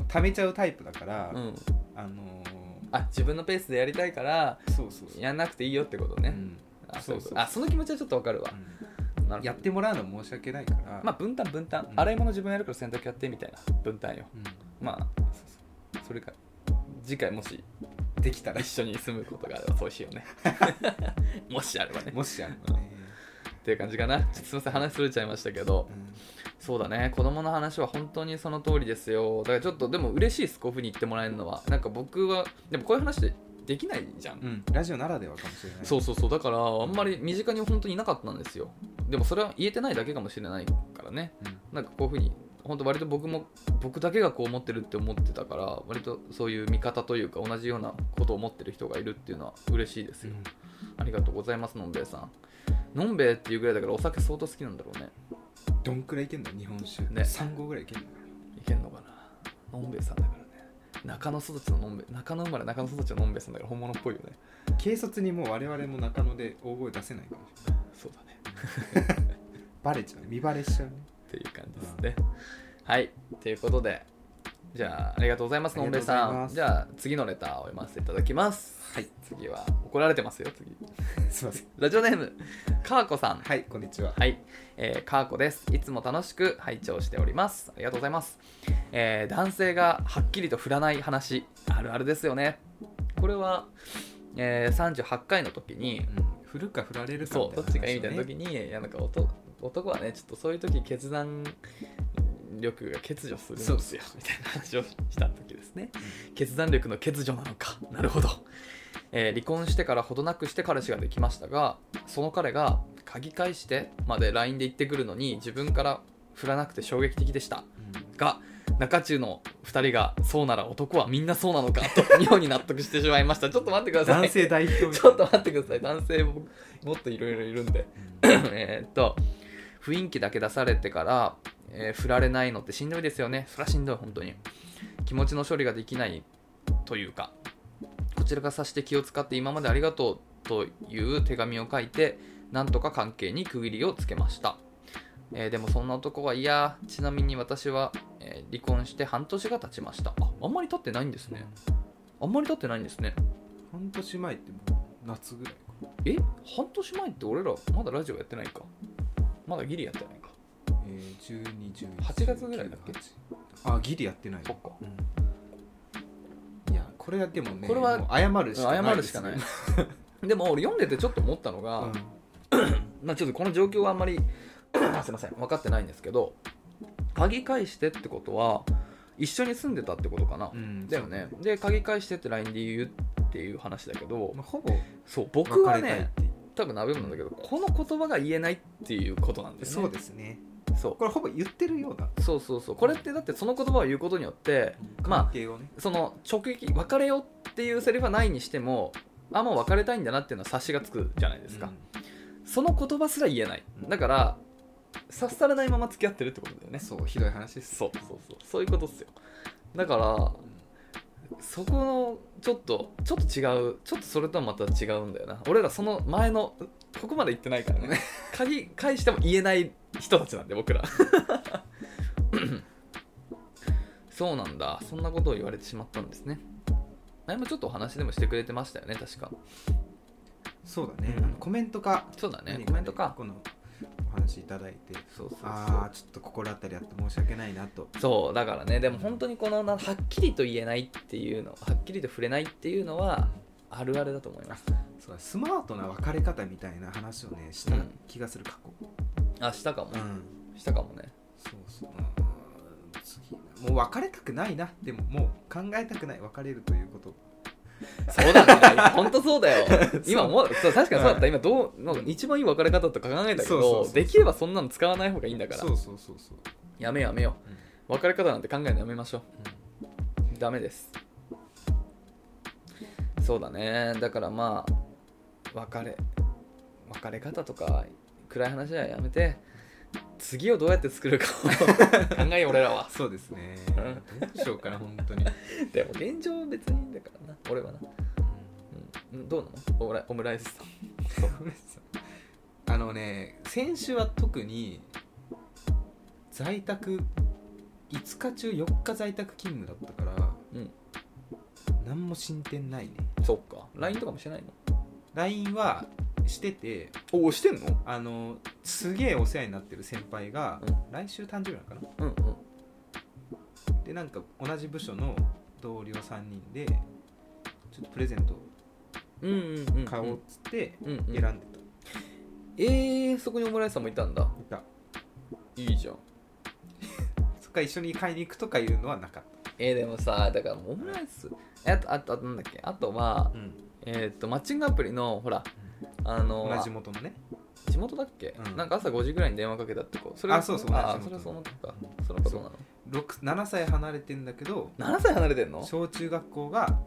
A: ー溜めちゃうタイプだから
B: とうん
A: あのー
B: あ自分のペースでやりたいから
A: そうそうそう
B: やんなくていいよってことね、
A: うん
B: あそ
A: そうう
B: そ
A: そうう
B: あその気持ちはちょっとわかるわ、なるほど
A: やってもらうの申し訳ないから
B: まあ分担分担、
A: うん
B: 洗い物自分やるから洗濯やってみたいな分担よ
A: うん
B: まあそうそうそれか次回もし
A: できたら
B: 一緒に住むことがあればそうしようね もしあればね
A: もしあるのね
B: っていう感じかなちょっとすいません話それちゃいましたけどそうだね子供の話は本当にその通りですよだからちょっとでも嬉しいですこういうふうに言ってもらえるのはなんか僕はでもこういう話でできないじゃん
A: うんうんラジオならではかもしれない
B: そうそうそうだからあんまり身近に本当にいなかったんですよでもそれは言えてないだけかもしれないからね
A: うん
B: なんかこういうふうに本当割と僕も僕だけがこう思ってるって思ってたから割とそういう見方というか同じようなことを思ってる人がいるっていうのは嬉しいですよ、ありがとうございますのんべえさんのんべえっていうぐらいだからお酒相当好きなんだろうね
A: どんくらいいけんの日本酒
B: ね
A: 3合ぐらいいけんの
B: いけんのかなのんべえさんだからね中野育ちののんべ中野生まれ中野育ちののんべえさんだから本物っぽいよね
A: 軽率にもう我々も中野で大声出せないかもしれない
B: そうだね
A: バレちゃう見バレしちゃうね
B: っていう感じですねはいということでじゃあありがとうございますのんべ
A: あ
B: え
A: りがとう
B: さ
A: ございま
B: ん
A: す
B: じゃあ次のレターを読ませていただきます
A: はい
B: 次は怒られてますよ次
A: すいません
B: ラジオネームかーこさん
A: はいこんにちは
B: はい、えー、かーこです。いつも楽しく拝聴しております。ありがとうございます。えー男性がはっきりと振らない話、あるあるですよね。これは、えー38回の時に、
A: うん振るか振られるか
B: そう、どっちがいいみたいな
A: 話
B: 時に、いやなんか男男はね、ちょっとそういう時決断力が欠如するんですよ、みたいな話をした時ですね。決断力の欠如なのかなるほど、えー離婚してからほどなくして彼氏ができましたがその彼が「鍵返して」まで LINE で言ってくるのに自分から振らなくて衝撃的でし
A: だ
B: た
A: ね
B: が中中の2人が「そうなら男はみんなそうなのか」と妙に納得してしまいましたちょっと待ってく
A: う
B: だ
A: ん
B: さ
A: 男性
B: い
A: 代表
B: ちょっと待ってください男性ももっといろいろいるんで えーっと雰囲気だけ出されてから、えー振られないのってしんどいですよねそりゃしんどい本当に気持ちの処理ができないというかこちらが察して気を使って今までありがとうという手紙を書いてなんとか関係に区切りをつけました、えーでもそんな男はいやちなみに私は、えー離婚して半年が経ちましたああんまり経ってないんですねあんまり経ってないんですね
A: 半年前ってもう夏ぐらいか
B: え半年前って俺らまだラジオやってないかまだギリやってないか
A: えー12、11
B: 8月ぐらいだっけ
A: あギリやってない
B: そっか
A: うんいやこれはでもね
B: これは
A: もう謝るしかない
B: 謝るしかない
A: ですね
B: でも俺読んでてちょっと思ったのが、まあちょっとこの状況はあんまり あすいません分かってないんですけど鍵返してってことは一緒に住んでたってことかな、
A: うんうん
B: だよねで鍵返してって LINE で言うっていう話だけど、
A: まあほぼ
B: そう僕は
A: 別れたいっ
B: ね
A: ていう
B: 多分鍋なんだけどこの言葉が言えないっていうことなんですね
A: そうですね
B: そ
A: これほぼ言ってるような
B: うそうそうそうこれってだってその言葉を言うことによってまあ
A: 関係をね、
B: その直撃別れよっていうセリフはないにしてもあもう別れたいんだなっていうのは察しがつくじゃないですか、その言葉すら言えない
A: うん
B: だから察されないまま付き合ってるってことだよ
A: うん
B: ね
A: そうひどい話です
B: そうそうそうそういうことっすよだからそこのちょっとちょっと違うちょっとそれとはまた違うんだよな俺らその前のここまで行ってないからね鍵返しても言えない人たちなんで僕らそうなんだそんなことを言われてしまったんですね前もちょっとお話でもしてくれてましたよね確か
A: そうだね、
B: うん
A: あのコメントか
B: そうだね
A: 何
B: コメントか
A: このお話いただいて
B: そうそうそう
A: ああちょっと心当たりあって申し訳ないなと
B: そうだからねでも本当にこのなはっきりと言えないっていうのはっきりと触れないっていうのはあるあるだと思います
A: そうだスマートな別れ方みたいな話をねした
B: うん
A: 気がする過去
B: あしたかも
A: うん、
B: したかもね
A: そうそううん次もう別れたくないなでももう考えたくない別れるということ
B: そうだね 本当そうだよ今
A: そう
B: もうそう確かにそうだっ
A: う
B: た今どうの一番いい別れ方とか考えたけ
A: そうそう
B: ど
A: そう
B: できればそんなの使わない方がいいんだから
A: そうそうそうそう、
B: やめようやめよ
A: うん
B: う別れ方なんて考えるのやめましょうダメですそうだねだからまあ別れ別れ方とか暗い話はやめて次をどうやって作るかを 考えよう俺らは
A: そうですね
B: う
A: どうしようかな本当に、うん
B: でも現状別にだからな俺はな、うん、どうなのオムライオムライスさん
A: あのね先週は特に在宅5日中4日在宅勤務だったから、
B: うん
A: 何も進展ないね
B: そっか LINE とかもしてないの
A: LINE はしてて
B: おしてんの
A: あのすげえお世話になってる先輩が、
B: う
A: 来週誕生日なのかな
B: うんう
A: でなんか同じ部署の同僚3人でちょっとプレゼント
B: んうんうんうん
A: 買おうっつって
B: うんう
A: 選ん
B: ん
A: でた、
B: えー、そこにオムライスさんもいたんだ
A: いた
B: いいじゃん
A: そっから一緒に買いに行くとかいうのはなかっ
B: えー、でもさだからオムライスえあとあとあとなんだっけあとは
A: た、
B: えーっとマッチングアプリのほらあの
A: 同じ元のね
B: 地元だっけ、
A: うん
B: なんか朝5時ぐらいに電話かけたって子それ
A: あそうそう
B: あ
A: 同じ地元
B: それはそう思ったかそのことなの
A: 六7歳離れてんだけど
B: 7歳離れてんの
A: 小中学校が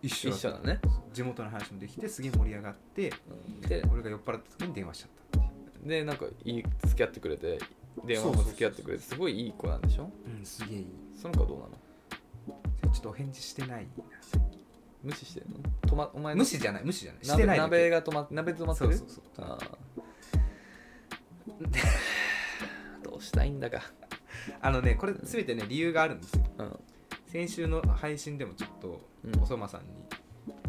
A: 一緒
B: 一
A: だった
B: 緒だね、
A: 地元の話もできてすげえ盛り上がって
B: うんで
A: 俺が酔っ払った時に電話しちゃったってい
B: でなんかいい付き合ってくれて電話も付き合ってくれてすごいいい子なんでしょ
A: ううんすげえいい
B: その子はどうなの
A: ちょっちょっとお返事してないな
B: 無視してるの止まお前の
A: 無視じゃない無視じゃないし
B: 鍋
A: てないだけ
B: 鍋が止ま鍋で止まってる
A: そうそうそう
B: あ ーどうしたいんだか、
A: あのねこれ全てね理由があるんですよ
B: うん
A: 先週の配信でもちょっと
B: うん
A: おそまさんに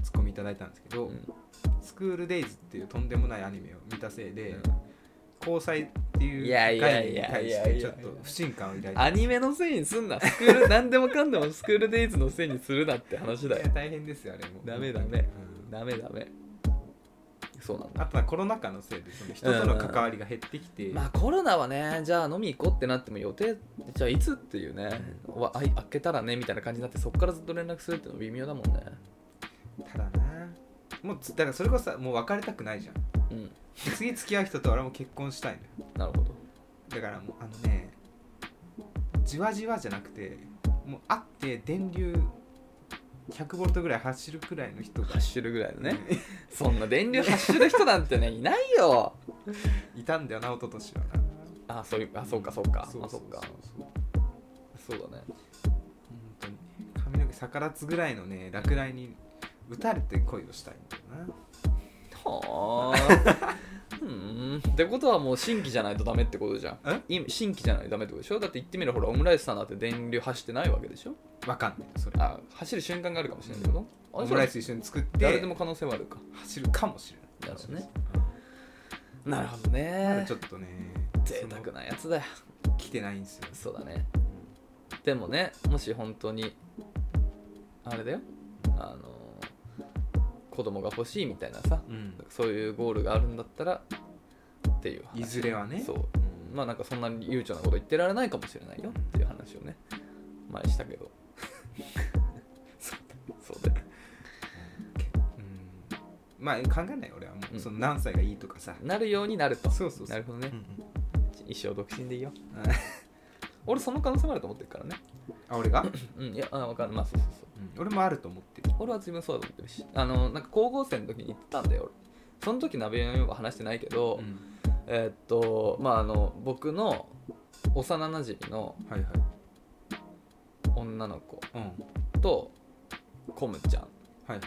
A: ツッコミいただいたんですけど、
B: うん
A: スクールデイズっていうとんでもないアニメを見たせいで、
B: うん
A: 交際っていう
B: いやいや
A: 概
B: い
A: 念に
B: や
A: 対
B: いや
A: し
B: いや
A: てち
B: いや
A: ょっと不信感を抱いて
B: アニメのせいにすんなスクー ル何でもかんでもスクールデイズのせいにするなって話だ
A: い
B: よ
A: や大変ですよあれも
B: ダメダメ
A: うん
B: ダメダメそうなんだ
A: あとはコロナ禍のせいでその人との関わりが減ってきて、
B: まあコロナはねじゃあ飲み行こうってなっても予定じゃあいつっていうね、わあい開けたらねみたいな感じになってそっからずっと連絡するっての微妙だもんね
A: ただなもうつだからそれこそさもう別れたくないじゃん
B: うん
A: 次付き合う人と俺はもう結婚したいのよ
B: なるほど
A: だからもうあのねじわじわじゃなくてもう会って電流100ボルトぐらい走るくらいの人が
B: 走るぐらいのねそんな電流走る人なんてねいないよ
A: いたんだよな一昨年はな
B: あそういうあそうかそうか
A: そう
B: あそうか
A: そう
B: そうだね
A: 本当に髪の毛逆立つぐらいのね落雷に打たれて恋をしたいんだよな
B: はあうんってことはもう新規じゃないとダメってことじゃ
A: え
B: ん今新規じゃないとダメってことでしょだって言ってみればほらオムライスさんだって電流走ってないわけでしょ
A: わかんないそれ
B: あ走る瞬間があるかもしれないけど、
A: オ
B: あ
A: ムライス一緒に作って
B: 誰でも可能性はあるか
A: 走るかもしれない
B: なるほどねなるほど
A: ただ
B: ね
A: ちょっとね
B: 贅沢なやつだよ
A: その来てないんですよ
B: そうだねでもねもし本当にあれだよあの子供が欲しいみたいなさ
A: うん
B: そういうゴールがあるんだったらっていう話
A: いずれはね
B: そう
A: うん
B: まあなんかそんなに悠長なこと言ってられないかもしれないよっていう話をね前し たけどそうだそうだよ
A: うんまあ考えないよ俺はも
B: う
A: うんその何歳がいいとかさ
B: なるようになると
A: そうそうそう
B: なるほどね
A: う、んうん
B: 一生独身でいいよ
A: あ
B: 俺その可能性もあると思ってるからね
A: あ俺が
B: うんいやあ分かんないまあそうそうそう
A: うん俺もあると思ってる
B: 俺は自分そうだと思ってるしあのなんか高校生の時に言ってたんだよ俺その時鍋山には話してないけど、
A: うん
B: えーっとまああの僕の幼なじみの
A: はいはい
B: 女の子
A: うん
B: とコムちゃん
A: はいはい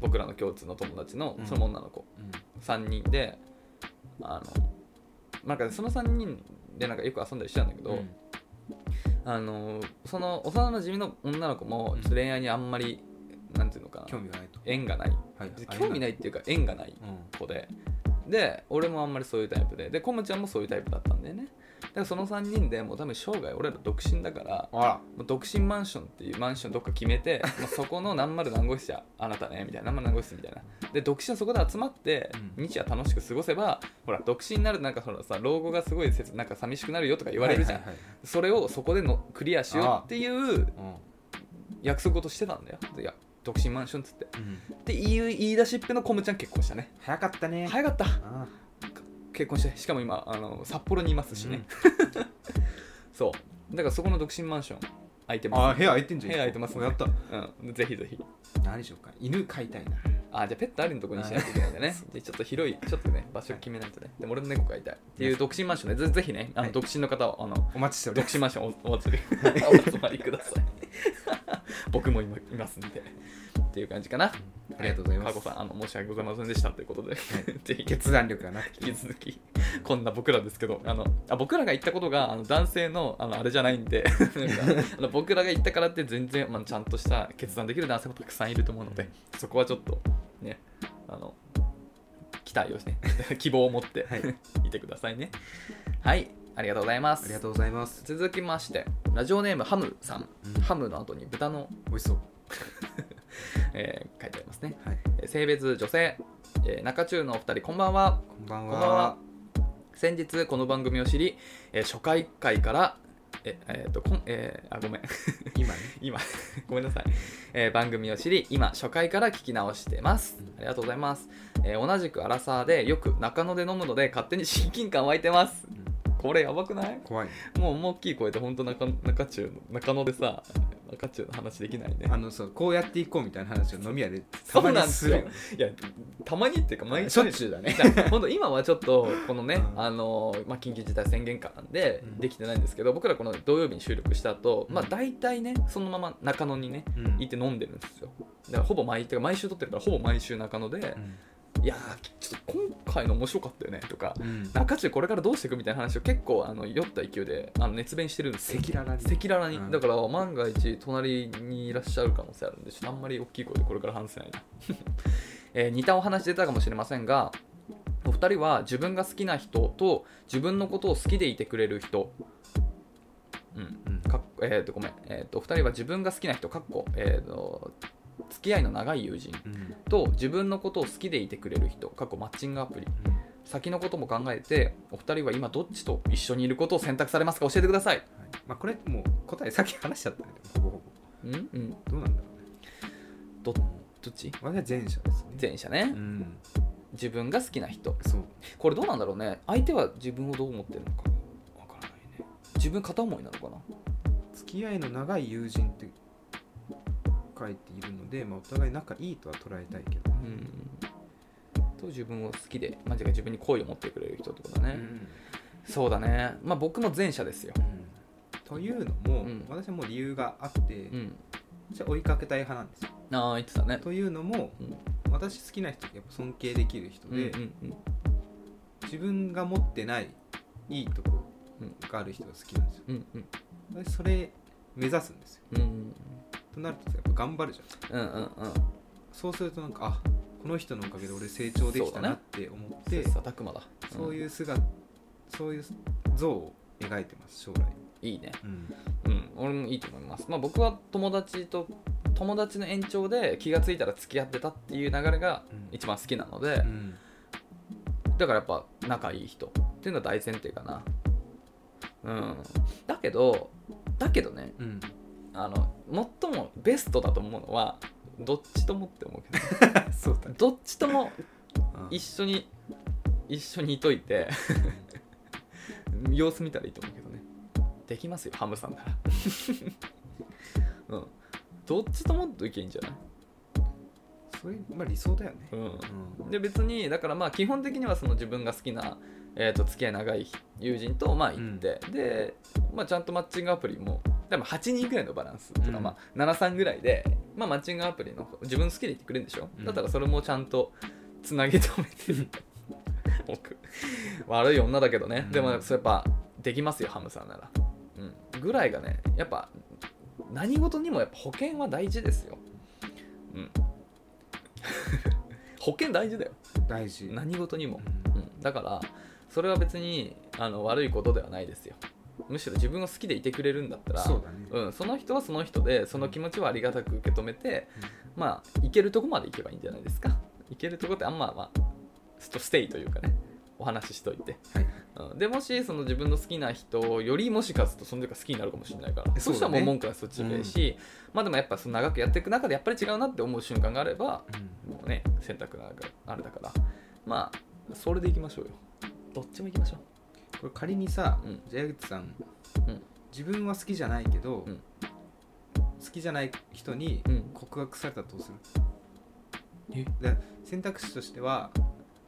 B: 僕らの共通の友達の
A: うん
B: その女の子
A: うん
B: 3人で、あのなんかその3人でなんかよく遊んだりしてたんだけど、
A: うん
B: あのその幼なじみの女の子も
A: うん
B: ちょっと恋愛にあんまり、なんていうのか
A: 興
B: な
A: 味がないと
B: 縁がない
A: はい
B: で興味ないいっていうか縁がない
A: うん
B: 子でで俺もあんまりそういうタイプででコムちゃんもそういうタイプだったんだよねだからその3人でもう多分生涯俺ら独身だから
A: あら
B: もう独身マンションっていうマンションどっか決め てまあそこの何丸何号室じゃあなたねみたいな何丸何号室みたいなで独身はそこで集まって
A: うん
B: 日夜楽しく過ごせばほら独身になるとなんかそのさ老後がすごいせつなんか寂しくなるよとか言われるじゃん、
A: はいはいはい
B: それをそこでのクリアしようっていう
A: うん
B: 約束事してたんだよいや独身マンションっつって
A: うん
B: っていう言い出しっぺのコムちゃん結婚したね
A: 早かったね
B: 早かった
A: あ
B: 結婚してしかも今あの札幌にいますしね、 そうだからそこの独身マンション空いて
A: あ
B: ま
A: あ部屋空いてんじゃん
B: 部屋空いてますね
A: やった
B: す、うん、ぜひぜひ
A: 何しようか犬飼いたいな
B: あじゃあペットありのとこにしないといけないん だねでちょっと広いちょっとね場所決めないとねでも俺の猫飼いたいっていう独身マンションねぜぜひねあ
A: は
B: の
A: い
B: 独身の方はあの
A: お待ちしており
B: 独
A: ます
B: 身マンショ ンおお集まりお集まりくだ さい僕も今いますんでっていう感じかな
A: ありがとうございます
B: かこさんあの申し訳ございませんでしたということで、 ぜひ
A: 決断力がなくて
B: 引き続き こんな僕らですけどあのあ僕らが言ったことがあの男性のあのあれじゃないんで なんか あの僕らが言ったからって全然、まあ、ちゃんとした決断できる男性もたくさんいると思うのでそこはちょっとねあの期待をして 希望を持って、
A: はい
B: い、てくださいねはいありがとうございます
A: ありがとうございます
B: 続きましてラジオネームハムさん、
A: うん
B: ハムの後に豚の、
A: 美味しそう
B: えー書いてありますね、
A: はい
B: えー性別女性、えー中中のお二人こんばんは
A: こんばん
B: こ
A: は
B: んばんは先日この番組を知り、えー初回回からええーとこんえーあごめん
A: 今ね
B: 今ごめんなさい、えー番組を知り今初回から聞き直してます
A: うん
B: ありがとうございます、えー同じくアラサーでよく中野で飲むので勝手に親近感湧いてます
A: うん
B: これやばくない
A: 怖いね
B: もう大きい声で本当中中中の中野でさ中中の話できないね
A: あのそうこうやっていこうみたいな話を飲み屋でたまにするよね
B: いやたまにっていうか毎
A: しょっちゅうだね
B: 本当今はちょっとこのね、
A: うん
B: あのまあ、緊急事態宣言下なんで
A: うん
B: できてないんですけど、僕らこの土曜日に収録した後、まあ
A: うん
B: 大体ねそのまま中野にね
A: うん
B: 行って飲んでるんですよだからほぼ毎てか毎週撮ってるからほぼ毎週中野で「いやーちょっと今回の面白かったよね」とか
A: うん
B: 「中中これからどうしていく?」みたいな話を結構あの酔った勢いであの熱弁してるんですよ
A: 赤裸々に
B: 赤裸々に、
A: うん
B: だから万が一隣にいらっしゃる可能性あるんでちょっとあんまり大きい声でこれから話せない な、えー似たお話出たかもしれませんがお二人は自分が好きな人と自分のことを好きでいてくれる人うん
A: うん
B: かっえー、とごめん、えー、とお二人は自分が好きな人かっこ、えー、と付き合いの長い友人
A: うん
B: と自分のことを好きでいてくれる人かっこマッチングアプリ先のことも考えてお二人は今どっちと一緒にいることを選択されますか教えてください
A: はいまあこれもう答えさっき話しちゃったねほぼほ
B: うんうん
A: ぼどうなんだろうね
B: どどっち
A: 私は前者ですね
B: 前者ね、
A: うん
B: 自分が好きな人
A: そう
B: これどうなんだろうね相手は自分をどう思ってるのか
A: わからないね
B: 自分片思いなのかな
A: 付き合いの長い友人って書いているので、まあ、お互い仲いいとは捉えたいけど、
B: うんと自分を好きでまあてか自分に好意を持ってくれる人ってことだね、
A: うん
B: そうだねまあ僕も前者ですよ
A: というのも、
B: うん
A: 私はもう理由があって
B: う、ん
A: 私は追いかけたい派なんですよ。
B: ああ言ってたね
A: というのも、
B: うん
A: 私好きな人ってやっぱ尊敬できる人
B: うんう
A: で、
B: んうん
A: 自分が持ってないいいとこがある人が好きなんですよ。
B: うんうん
A: 私それ目指すんですよ。
B: うんうん
A: となるとやっぱ頑張るじゃん。
B: うんうんうん
A: そうするとなんかあこの人のおかげで俺成長できたなって思って、
B: 切磋琢磨だ
A: そう
B: う
A: いう姿、そういう像を描いてます将来。
B: んいいね
A: うん
B: うん俺もいいと思いますまあ僕は友達と友達の延長で気がついたら付き合ってたっていう流れが一番好きなので、
A: うん
B: だからやっぱ仲いい人っていうのは大前提かなうんだけどだけどね
A: うん
B: あの最もベストだと思うのはどっちともって思うけ
A: そうだ
B: ど
A: ね。
B: どっちとも
A: うん
B: 一緒に一緒にいといて 様子見たらいいと思うけどねできますよハムさんなら うんどっちともっといけばいいんじゃない
A: それまあ理想だよね。
B: うん
A: うん
B: で別にだからまあ基本的にはその自分が好きな、えー、と付き合い長い友人とまあ行って、で、まあ、ちゃんとマッチングアプリも多分8人ぐらいのバランスとか、
A: うん
B: まあ、73ぐらいで、まあ、マッチングアプリの自分好きで言ってくれるんでしょ、
A: うん
B: だったらそれもちゃんとつなぎ止めてる 僕悪い女だけどね、
A: うん
B: でもそうやっぱできますよハムさんなら、うん、ぐらいがねやっぱ何事にもやっぱ保険は大事ですよ、 うん、保険大事だよ
A: 大事。
B: 何事にも、
A: う
B: うんん、だからそれは別にあの悪いことではないですよむしろ自分が好きでいてくれるんだったら
A: そうだね。
B: うん、その人はその人でその気持ちはありがたく受け止めて、まあいけるとこまで行けばいいんじゃないですかいけるとこってあんままあストステイというかねお話ししといて、
A: はい
B: うん、でもしその自分の好きな人よりもしかするとその人が好きになるかもしれないからそ,、
A: えそう
B: し
A: だ
B: た
A: ね
B: らもう文句はそっちでいいし、まあでもやっぱその長くやっていく中でやっぱり違うなって思う瞬間があればもうね選択なんかあれだからまあそれでいきましょうよどっちもいきましょ
A: これ仮にさ
B: うん、
A: じゃあ矢口さん
B: うん、
A: 自分は好きじゃないけど
B: うん、
A: 好きじゃない人に
B: う、うん、
A: 告白されたらどうする
B: え
A: だ選択肢としては、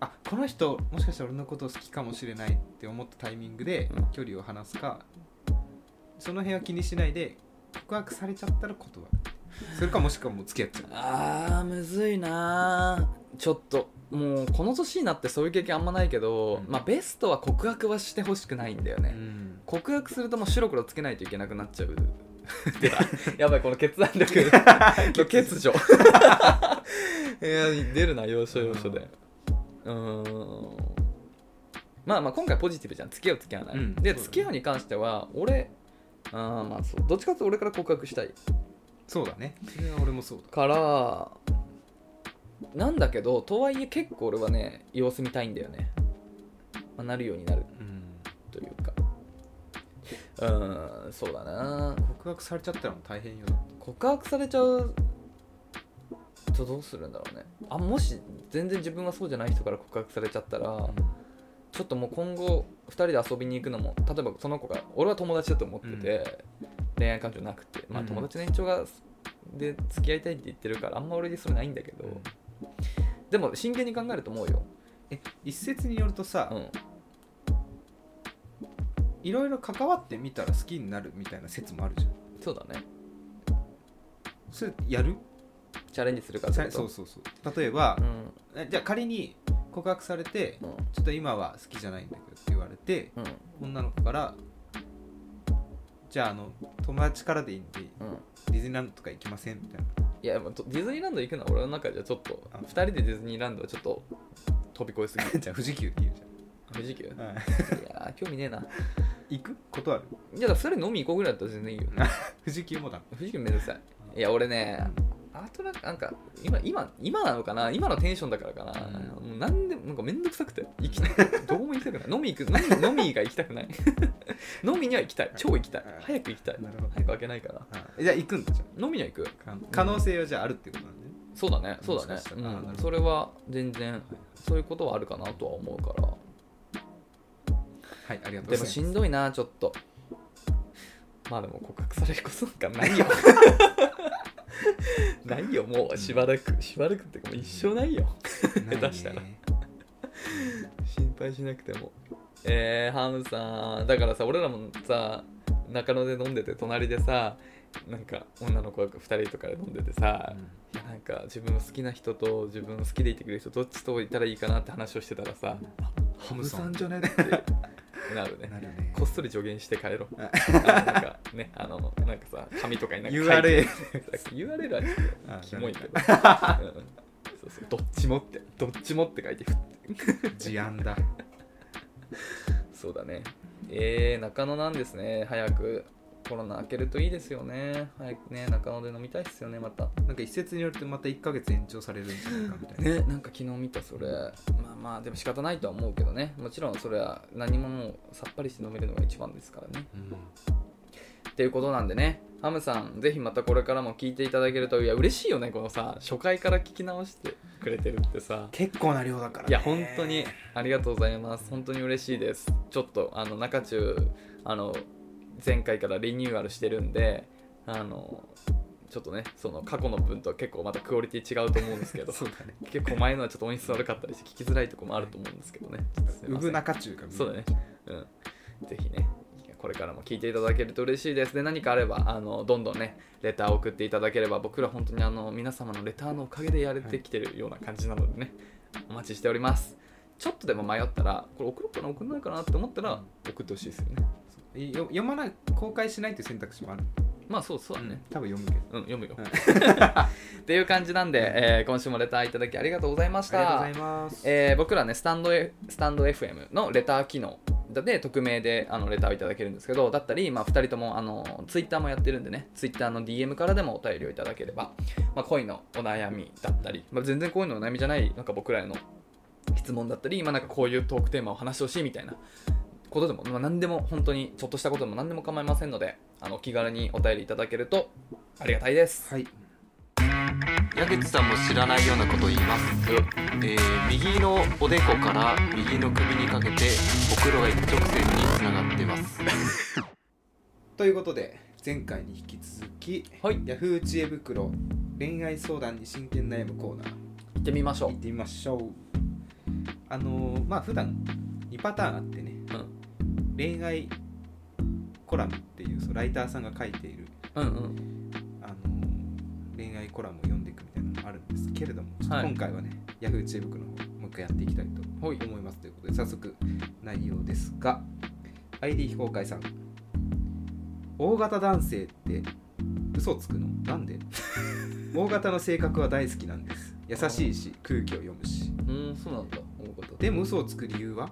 A: あこの人、もしかしたら俺のことを好きかもしれないって思ったタイミングで
B: うん
A: 距離を離すか、その辺は気にしないで、告白されちゃったら断る。それかもしくはもう付き合っちゃう。
B: あーむずいなーちょっともうこの年になってそういう経験あんまないけど、
A: うん
B: まあ、ベストは告白はしてほしくないんだよね、
A: うん
B: 告白するともう白黒つけないといけなくなっ ちゃう出たやばいこの決断力の欠如いや出るな要所要所でうーんまあまあ今回ポジティブじゃん付き合う付き合わない、
A: うん
B: で、
A: そうだね
B: 付き合うに関しては俺あーまあそうどっちかっていうと俺から告白したい
A: そうだね。それは俺もそうだ。
B: からなんだけどとはいえ結構俺はね様子見たいんだよね、まあ、なるようになる
A: うん
B: というかうーんそうだな
A: 告白されちゃったらもう大変よ。
B: 告白されちゃうとどうするんだろうねあもし全然自分はそうじゃない人から告白されちゃったら、ちょっともう今後2人で遊びに行くのも例えばその子が俺は友達だと思ってて、恋愛感情なくて、まあ、
A: うん
B: 友達の延長がで付き合いたいって言ってるからあんま俺にそれないんだけど、
A: うん
B: でも真剣に考えると思うよ、
A: え一説によるとさ、
B: うん、
A: いろいろ関わってみたら好きになるみたいな説もあるじゃん
B: そうだね
A: それやる
B: チャレンジするから
A: そうそうそう例えば
B: う、ん
A: えじゃあ仮に告白されて
B: うん
A: ちょっと今は好きじゃないんだけどって言われて
B: うん
A: 女の子からじゃああの友達からでいいんで
B: うん
A: ディズニーランドとか行きませんみたいない
B: やまあとディズニーランド行くのは俺の中じゃちょっと
A: あ
B: 2人でディズニーランドはちょっと飛び越えすぎ
A: じゃあ富士急って言うじ
B: 富士急い
A: ゃん、うん
B: やー興味ねえな
A: 行く断る
B: じゃあ2人飲み行こうぐらいだったら全然いいよ
A: 富士急もだ
B: 富士急めんどくさいいや俺ねあとなんかなんか今今今なのかな今のテンションだからかな、
A: う
B: もうなんでもなんかめんどくさくて行きたいどうも行きたくない飲み行く飲 み飲みが行きたくない飲みには行きたい超行きたい早く行きたい
A: なるほど
B: 早く開けないから
A: うんじゃあ行くんだじゃ
B: 飲みには行く
A: あか可能性はじゃああるってことなんで、
B: そうだねそうだ
A: も
B: ね
A: しかした、
B: う
A: らあなるほ
B: ん、
A: ど
B: それは全然そういうことはあるかなとは思うから
A: はいありがとうござい
B: でも
A: ます
B: しんどいなちょっとまあでも告白されることなんか ないよないよもうしばらくしばらくってかもう一生ないよ
A: ない
B: 下手したら
A: ね
B: 心配しなくてもえー、ハムさんだからさ俺らもさ中野で飲んでて隣でさなんか女の子が2人とかで飲んでてさ、いやなんか自分の好きな人と自分の好きでいてくれる人どっちといたらいいかなって話をしてたらさ「ハムさんじゃね?」って なる
A: うん
B: ね
A: なるね
B: こっそり助言して帰ろう
A: あ
B: あのなんかね あのなんかさ紙とかになんか書い て
A: URL
B: さ URL はちょっと
A: あ
B: キモいけど、
A: な
B: うんそうそうどっちもってどっちもって書いて
A: 事案 だ
B: そうだね。えー、中野なんですね。早くコロナ明けるといいですよね。早くね、中野で飲みたいですよね、また。
A: なんか一説によるとまた1ヶ月延長されるんじゃないかみたいな、
B: ね、なんか昨日見たそれ。まあまあ、でも仕方ないとは思うけどね。もちろんそれは何ももうさっぱりして飲めるのが一番ですからね。
A: うん
B: っていうことなんでね。ハムさん、ぜひまたこれからも聞いていただけると、いや、嬉しいよね、このさ、初回から聞き直してくれてるってさ。
A: 結構な量だから、ね、
B: いや本当にありがとうございます本当に嬉しいですちょっとあの中中あの前回からリニューアルしてるんであのちょっとねその過去の分と結構またクオリティ違うと思うんです けど
A: そうだね
B: 結構前のはちょっと音質悪かったりして聞きづらいとこもあると思うんですけどねすいません
A: うぐ中中が
B: そうだねうんぜひねいやこれからも聞いていただけると嬉しいですで何かあればあのどんどんねレターを送っていただければ僕ら本当にあの皆様のレターのおかげでやれてきてるような感じなのでね、お待ちしておりますちょっとでも迷ったらこれ送ろうかな送んないかなって思ったら送ってほしいですよね
A: いよ読まない公開しないという選択肢もある
B: まあそうそうだね、
A: 多分読むけど
B: うん、読むよ、
A: うん
B: っていう感じなんで、えー今週もレターいただきありがとうございました
A: ありがとうございます
B: えー僕らねスタンド、F、スタンド FM のレター機能で匿名であのレターをいただけるんですけどだったり、まあ、2人ともあのツイッターもやってるんでねツイッターの DM からでもお便りをいただければ、まあ、恋のお悩みだったり、まあ、全然恋のお悩みじゃないなんか僕らへの質問だったり今なんかこういうトークテーマを話してほしいみたいなことでも、まあ、何でも本当にちょっとしたことでも何でも構いませんのであの気軽にお便りいただけるとありがたいです
A: はい
C: 矢口さんも知らないようなことを言います、えー右のおでこから右の首にかけてほくろが一直線につながっています
A: ということで前回に引き続き、
B: はい
A: ヤフー知恵袋恋愛相談に真剣悩むコーナー
B: 行ってみましょ
A: 行ってみましょうあのーまあ普段2パターンあってね
B: う、うん、
A: 恋愛コラムっていうそうライターさんが書いている
B: うんうん
A: あの恋愛コラムを読んでいくみたいなのもあるんですけれども、ちょっと
B: はい
A: 今回はね Yahoo! 知恵袋の方もう一回やっていきたいと
B: ほい
A: 思いますということで早速内容ですが ID 非公開さん大型男性って嘘つくのなんで 大型の性格は大好きなんです優しいし空気を読むし
B: うんそうなんだ思うこと
A: でも嘘をつく理由は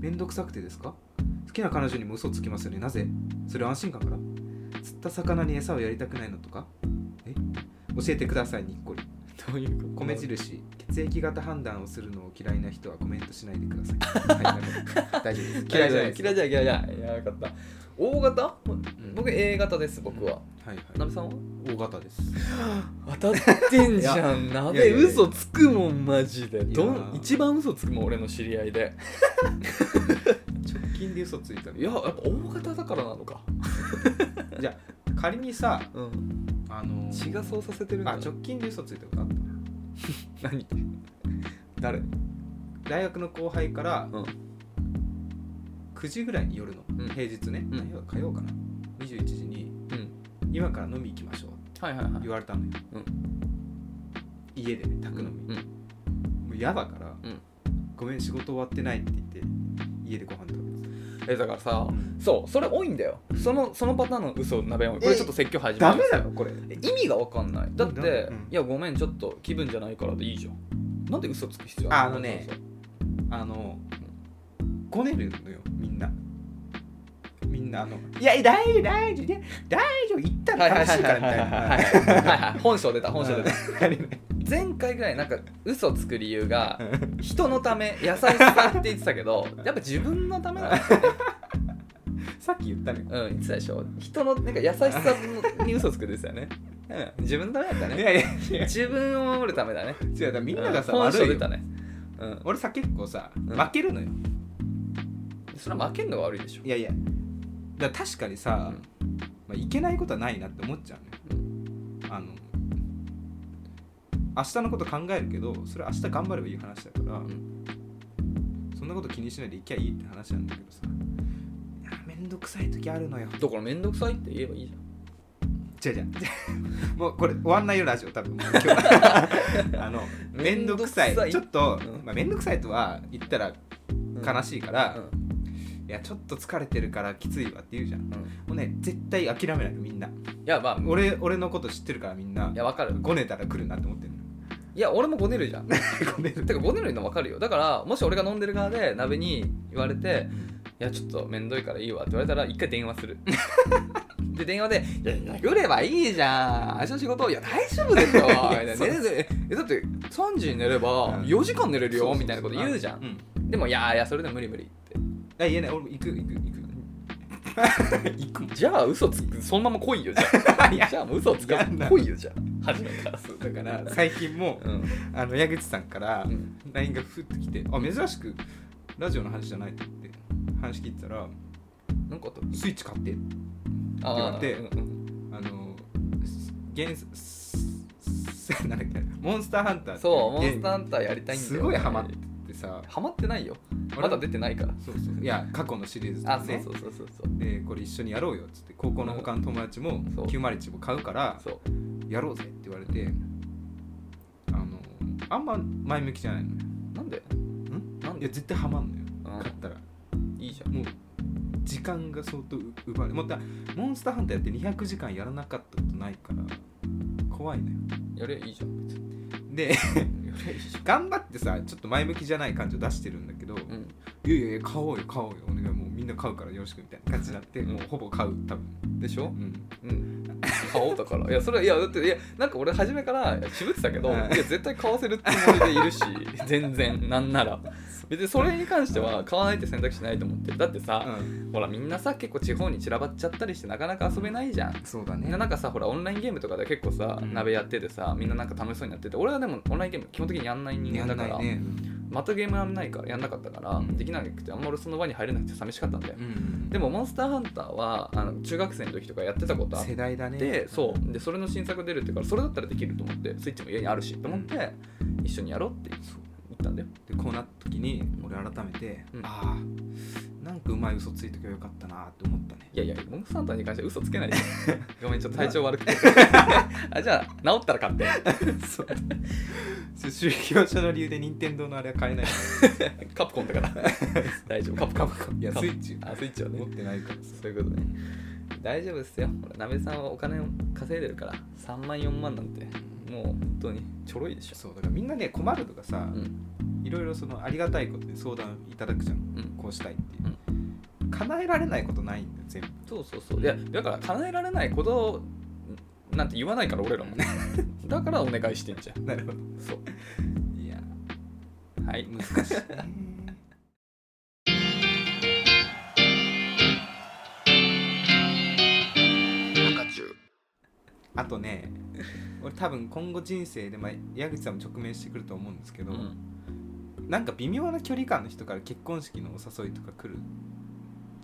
A: めんどくさくてですか好きな彼女にも嘘をつきますよねなぜそれは安心感から釣った魚に餌をやりたくないのとかえ教えてくださいにっこり
B: どういうこと
A: 米印血液型判断をするのを嫌いな人はコメントしないでください、はいなんか、大丈 夫です
B: 嫌いじゃない
A: です
B: 嫌いじゃない嫌いじゃないいやよかった大型
A: うん
B: 僕 A 型です僕は
A: はいは
B: 鍋さんはい
A: 大型です
B: 当たってんじゃん
A: いやい
B: 鍋
A: やいや
B: 嘘つくもんマジでど
A: いや
B: ん一番嘘つくもん俺の知り合いで
A: 金で嘘ついたの
B: いややっぱ大型だからなのか
A: じゃあ仮にさ
B: うん
A: あのー
B: 血がそうさせてるん
A: ま
B: だ
A: あ
B: な
A: 直近で嘘ついたことあったな
B: 何
A: 誰大学の後輩から
B: うん
A: 9時ぐらいに夜の、
B: うん
A: 平日ね、
B: うん
A: 何曜火曜かな21時に
B: うん
A: 今から飲み行きましょう
B: はいはいは
A: って言われたのよ、
B: うん
A: 家でね宅
B: う
A: 飲み、
B: ん
A: もうやだから、
B: うん
A: ごめん仕事終わってないって言って家でご飯食べて
B: えだからさ
A: た、
B: そうそれ多いんだよそのそのパターンの嘘の鍋多いこれちょっと説教始め
A: ダ
B: ま
A: メ
B: す
A: だよこれ
B: え意味が分かんないだ
A: な
B: っ
A: んで
B: て、
A: うん
B: いやごめんちょっと気分じゃないからでいいじゃんなんで嘘つく必要
A: ああのねあのごねるのよみんなみんなあの「いや大丈夫大丈夫ね大丈夫行った
B: は
A: ら
B: いはい
A: 楽
B: は
A: し
B: い
A: い
B: は
A: か
B: い
A: ら」み
B: はい
A: た
B: はいい
A: な
B: はいはい本性出た本性出た前回ぐらいなんか嘘つく理由が人のため優しさって言ってたけどやっぱ自分のためなの
A: さっき言ったね
B: うん言ってたでしょ人のなんか優しさに嘘つくんですよね、うん、自分のためだった
A: い
B: ね
A: やいや違う
B: 自分を守るためだね
A: 違うだからみんながさ
B: うん本性
A: 悪
B: 出
A: い
B: た
A: よ
B: ねうん
A: 俺さ結構さ
B: ん
A: 負けるのよ
B: それは負けんのが悪いでしょ
A: いやいやだから確かにさ
B: うん
A: まあいけないことはないなって思っちゃうねあの明日のこと考えるけどそれ明日頑張ればいい話だから
B: ん
A: そんなこと気にしないで行きゃいいって話なんだけどさいやめんどくさい時あるのよ
B: だから面倒くさいって言えばいいじ
A: 違う違う 違うもうこれ終わんないよラジオ 多分もう今日 あのめんどくさい
B: めんどくさい
A: ちょっと、
B: うん
A: まあ、めんどくさいとは言ったら
B: ゃん
A: 悲
B: しい
A: しいから、いやちょっと疲れてるからきついわって言うじゃんもうね絶対諦めないのみんない
B: やまあ
A: 俺俺のこと知ってるからみんない
B: やわかる
A: ごねたら来るなって思ってる
B: いや俺もごねるじゃ ん
A: ごねる
B: てかごねるのわかるよだからもし俺が飲んでる側で鍋に言われて「いやちょっとめんどいからいいわ」って言われたら一回電話 するで電話で「いやいや殴ればいいじゃん明日仕事いや大丈夫でしょ」みたい な「
A: そう
B: 寝れてえだって3時に寝れば
A: うん
B: 4時間寝れるよ」みたいなこと言うじゃ
A: うんんい
B: でも「いやいやそれでも無理無理」って
A: や言えない俺も行く行く行く行くもん
B: じゃあ嘘つくそのまま来いよじゃ あじゃあもう嘘つかず
A: いや
B: 来いよじゃあ初めから
A: そうだから最近も
B: うん
A: あの矢口さんから
B: うん
A: LINE がふってきてあ珍しくラジオの話じゃないって言って話聞いてたら
B: なんかあった
A: 「スイッチ買って」
B: あー
A: って
B: うんうん
A: あのす原すすすなんだっけモンスターハンターってい
B: そう、モンスター
A: ゲ
B: ハンターやりたいんだよ、
A: すごいハマってってさ
B: ハマってないよ。
A: 俺も
B: まだ出てないから。
A: そうそういや過去のシリーズとか
B: あ、
A: ね
B: そうそうそうそうそう。
A: でこれ一緒にやろうよっつって高校の他の友達も
B: そう
A: 901も買うから
B: そう
A: やろうぜって言われてあのあんま前向きじゃないのよ
B: なんで
A: ん
B: なん
A: いや
B: で
A: 絶対ハマんのよ
B: うん
A: 買ったら
B: いいじゃん。
A: もう時間が相当う奪われまたモンスターハンターやって200時間やらなかったことないから怖いのよ
B: やればいいじゃん。別に
A: で
B: やればいいじ
A: 頑張ってさちょっと前向きじゃない感じを出してるんだけど、
B: ゃん。うん。
A: いやいやいや買おうよ買おうよお願いもうみんな買うからよろしくみたいな感じになって、
B: うん
A: もうほぼ買う多分
B: でし
A: う
B: ょ
A: ん
B: うん。買おうだから。いや、それ、いや、だって、いや、なんか俺、初めから渋ってたけど、
A: う
B: い
A: ん
B: や、絶対買わせるつもりでいるし、 全然、なんなら。別にそれに関しては、買わないって選択肢ないと思ってる。だってさ、
A: うん
B: ほら、みんなさ、結構地方に散らばっちゃったりして、なかなか遊べないじゃん。
A: そうだ
B: みんななんかさほらオンラインゲームとかで結構さ、
A: うん
B: 鍋やっててさみんななんか楽しそうにやってて俺はでもオンラインゲーム基本的にやんない人
A: や
B: 間だ
A: ん
B: か
A: な
B: ら、
A: いね
B: またゲームやんないからやんなかったから、
A: うん
B: できなくてあんま俺その場に入れなくて寂しかったんだよ、
A: うん
B: でもモンスターハンターはあの中学生の時とかやってたことあっ
A: 世代だね
B: てそうでそれの新作出るってからそれだったらできると思ってスイッチも家にあるしと思って、一緒にやろうって言ったんだよ
A: でこうなった時に俺改めて、
B: うん
A: ああなんかうまい嘘ついとけばよかったなって思ったね
B: いやいやモンスターハンターに関しては嘘つけない でごめんちょっと体調悪く てあじゃあ治ったら買 って
A: そう宗教者の理由で任天堂のあれは買えない
B: カプコン だから大丈夫カプコ ン
A: いや
B: カ
A: ス
B: プ
A: イッ チ
B: あスイッチはね
A: 持ってないからさ
B: そういうことね。大丈夫ですよ。ほら、なべさんはお金を稼いでるから、3万、4万なんて、もう本当にちょろいでしょ。
A: そうだからみんなね困るとかさ
B: う、ん。
A: いろいろそのありがたいことで相談いただくじゃん
B: うん。
A: こうしたいっていう、叶えられないことないんだよ全部
B: そうそうそう。いや、だから、叶えられないことを、なんて言わないから、俺らもね。だからお願いしてんじゃん。
A: なるほど
B: そう。
A: いや
B: はい。
A: 難しいね
C: 中中
A: あとね俺多分今後人生で、まあ、矢口さんも直面してくると思うんですけ
B: う
A: ど、
B: ん。
A: なんか微妙な距離感の人から結婚式のお誘いとか来る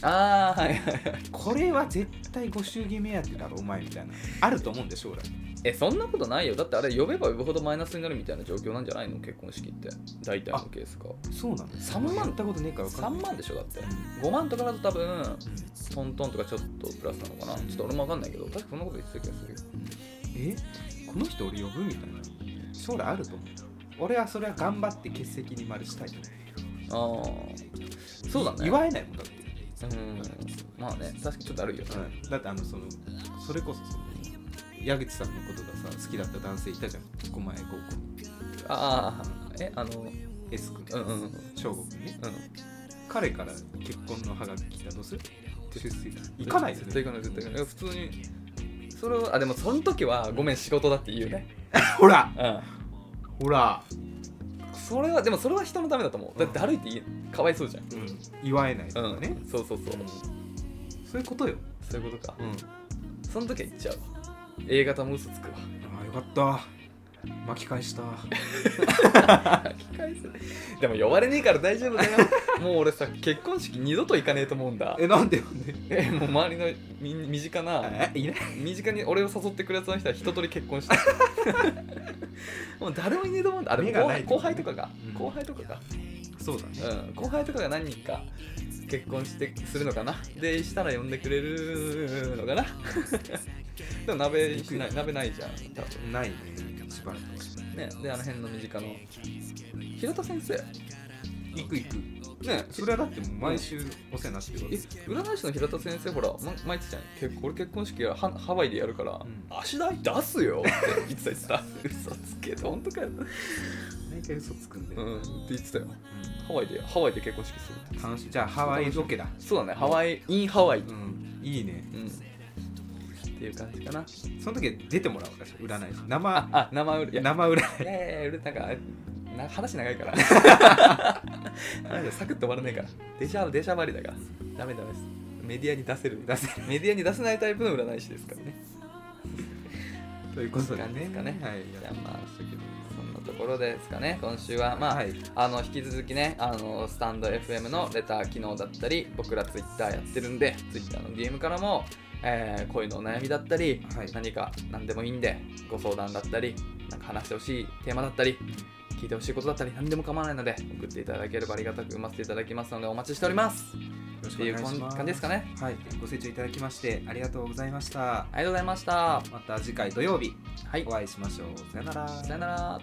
B: ああはいはいはい
A: これは絶対ご祝儀目当てだろお前みたいなあると思うんで将来
B: えそんなことないよだってあれ呼べば呼ぶほどマイナスになるみたいな状況なんじゃないの結婚式って大体のケースが
A: そうなの
B: 3万
A: やったことねえから分かん
B: 3
A: ない
B: 万でしょだって
A: うん
B: 5万とかだと多分
A: うん
B: トントンとかちょっとプラスなのかなちょっと俺も分かんないけど確かそんなこと言ってた気がするよ
A: えこの人俺呼ぶみたいな将来あると思う俺はそれは頑張って欠席に丸したい
B: ああそうだね
A: 祝えないもんだって、
B: うんまあね確かにちょっとあるよ、
A: だってあのそのそれこそその矢口さんのことがさ好きだった男性いたじゃん狛江高校
B: ああえあの
A: S 君
B: うんうんうん
A: 翔吾君ね
B: うん
A: 彼から結婚のハガキ来たらどうする出席行かないよ
B: 絶対
A: ね
B: 行かない絶対行かない普通にそれはあでもその時はごめん仕事だって言うね
A: ほら
B: うん
A: ほら、
B: それはでもそれは人のためだと思うだって歩いていいかわいそうじゃん
A: うん、祝えないと
B: う
A: か
B: ん
A: ね、
B: そうそうそう
A: そういうことよ、
B: そういうことか
A: うん、
B: その時は行っちゃうわ A 型も嘘つくわ
A: ああよかった巻き返した
B: 巻き返すでも呼ばれねえから大丈夫 だよもう俺さ結婚式二度と行かねえと思うんだ
A: えなんでなんで
B: えもう周りのみ身近な
A: えいない
B: 身近に俺を誘ってくれた人は一 通り結婚したもう誰もいねえと思うんだあれ
A: 目が
B: 後
A: ない
B: 輩後輩とかが、
A: うん
B: 後輩とかが
A: そうだね
B: うん後輩とかが何人か結婚してするのかなでしたら呼んでくれるのかな でも鍋しない鍋ないじゃん多分
A: ないねしばらく
B: ねであの辺の身近の平田先生
A: 行く行くねそれはだってもう毎週お世話になってるわ
B: え
A: け
B: 占い師の平田先生ほら、ま、毎日じゃん結構俺結婚式はハハワイでやるから、
A: ん
B: 足代出すよって言ってた言ってた嘘つけて本当かよ、
A: 毎回嘘つくんで、
B: う
A: うん
B: ん、って言ってたよハワイでハワイで結婚式するって
A: 楽しいじゃあハワイロケだ
B: そうだねハワイインハワイ
A: う
B: うん
A: いいね
B: ん、っていう感じかな
A: その時は出てもらおうかしら占い師生
B: あ生売るいや
A: 生占い
B: いやいやいやなんかな話長いからなんでサクッと終わらねえからデジャデジャバリだからダメダメですメディアに出せる
A: 出せる
B: メディアに出せないタイプの占い師ですからね
A: ということで
B: 感じ
A: ね
B: ですかね
A: はいや
B: じゃ
A: っ
B: あ
A: てき
B: まあ
A: ましたけど
B: そんなところですかね、今週は。まあ、
A: はい
B: あの引き続きね、あのスタンド FM のレター機能だったり、僕ら Twitter やってるんで、Twitter の DM からも、えー、恋のお悩みだったり、
A: はい
B: 何か何でもいいんで、ご相談だったり、なんか話してほしいテーマだったり、聞いてほしいことだったり、何でも構わないので、送っていただければありがたく読ませていただきますので、お待ちしております。
A: よろし
B: っ
A: く
B: てい
A: お
B: う
A: 願いし
B: 感
A: ます
B: じですかね。
A: はいご清聴いただきましてありがとうございました
B: ありがとうございました。は
A: また次回土曜日
B: い
A: お、会いしましょうさよなら
B: さよなら。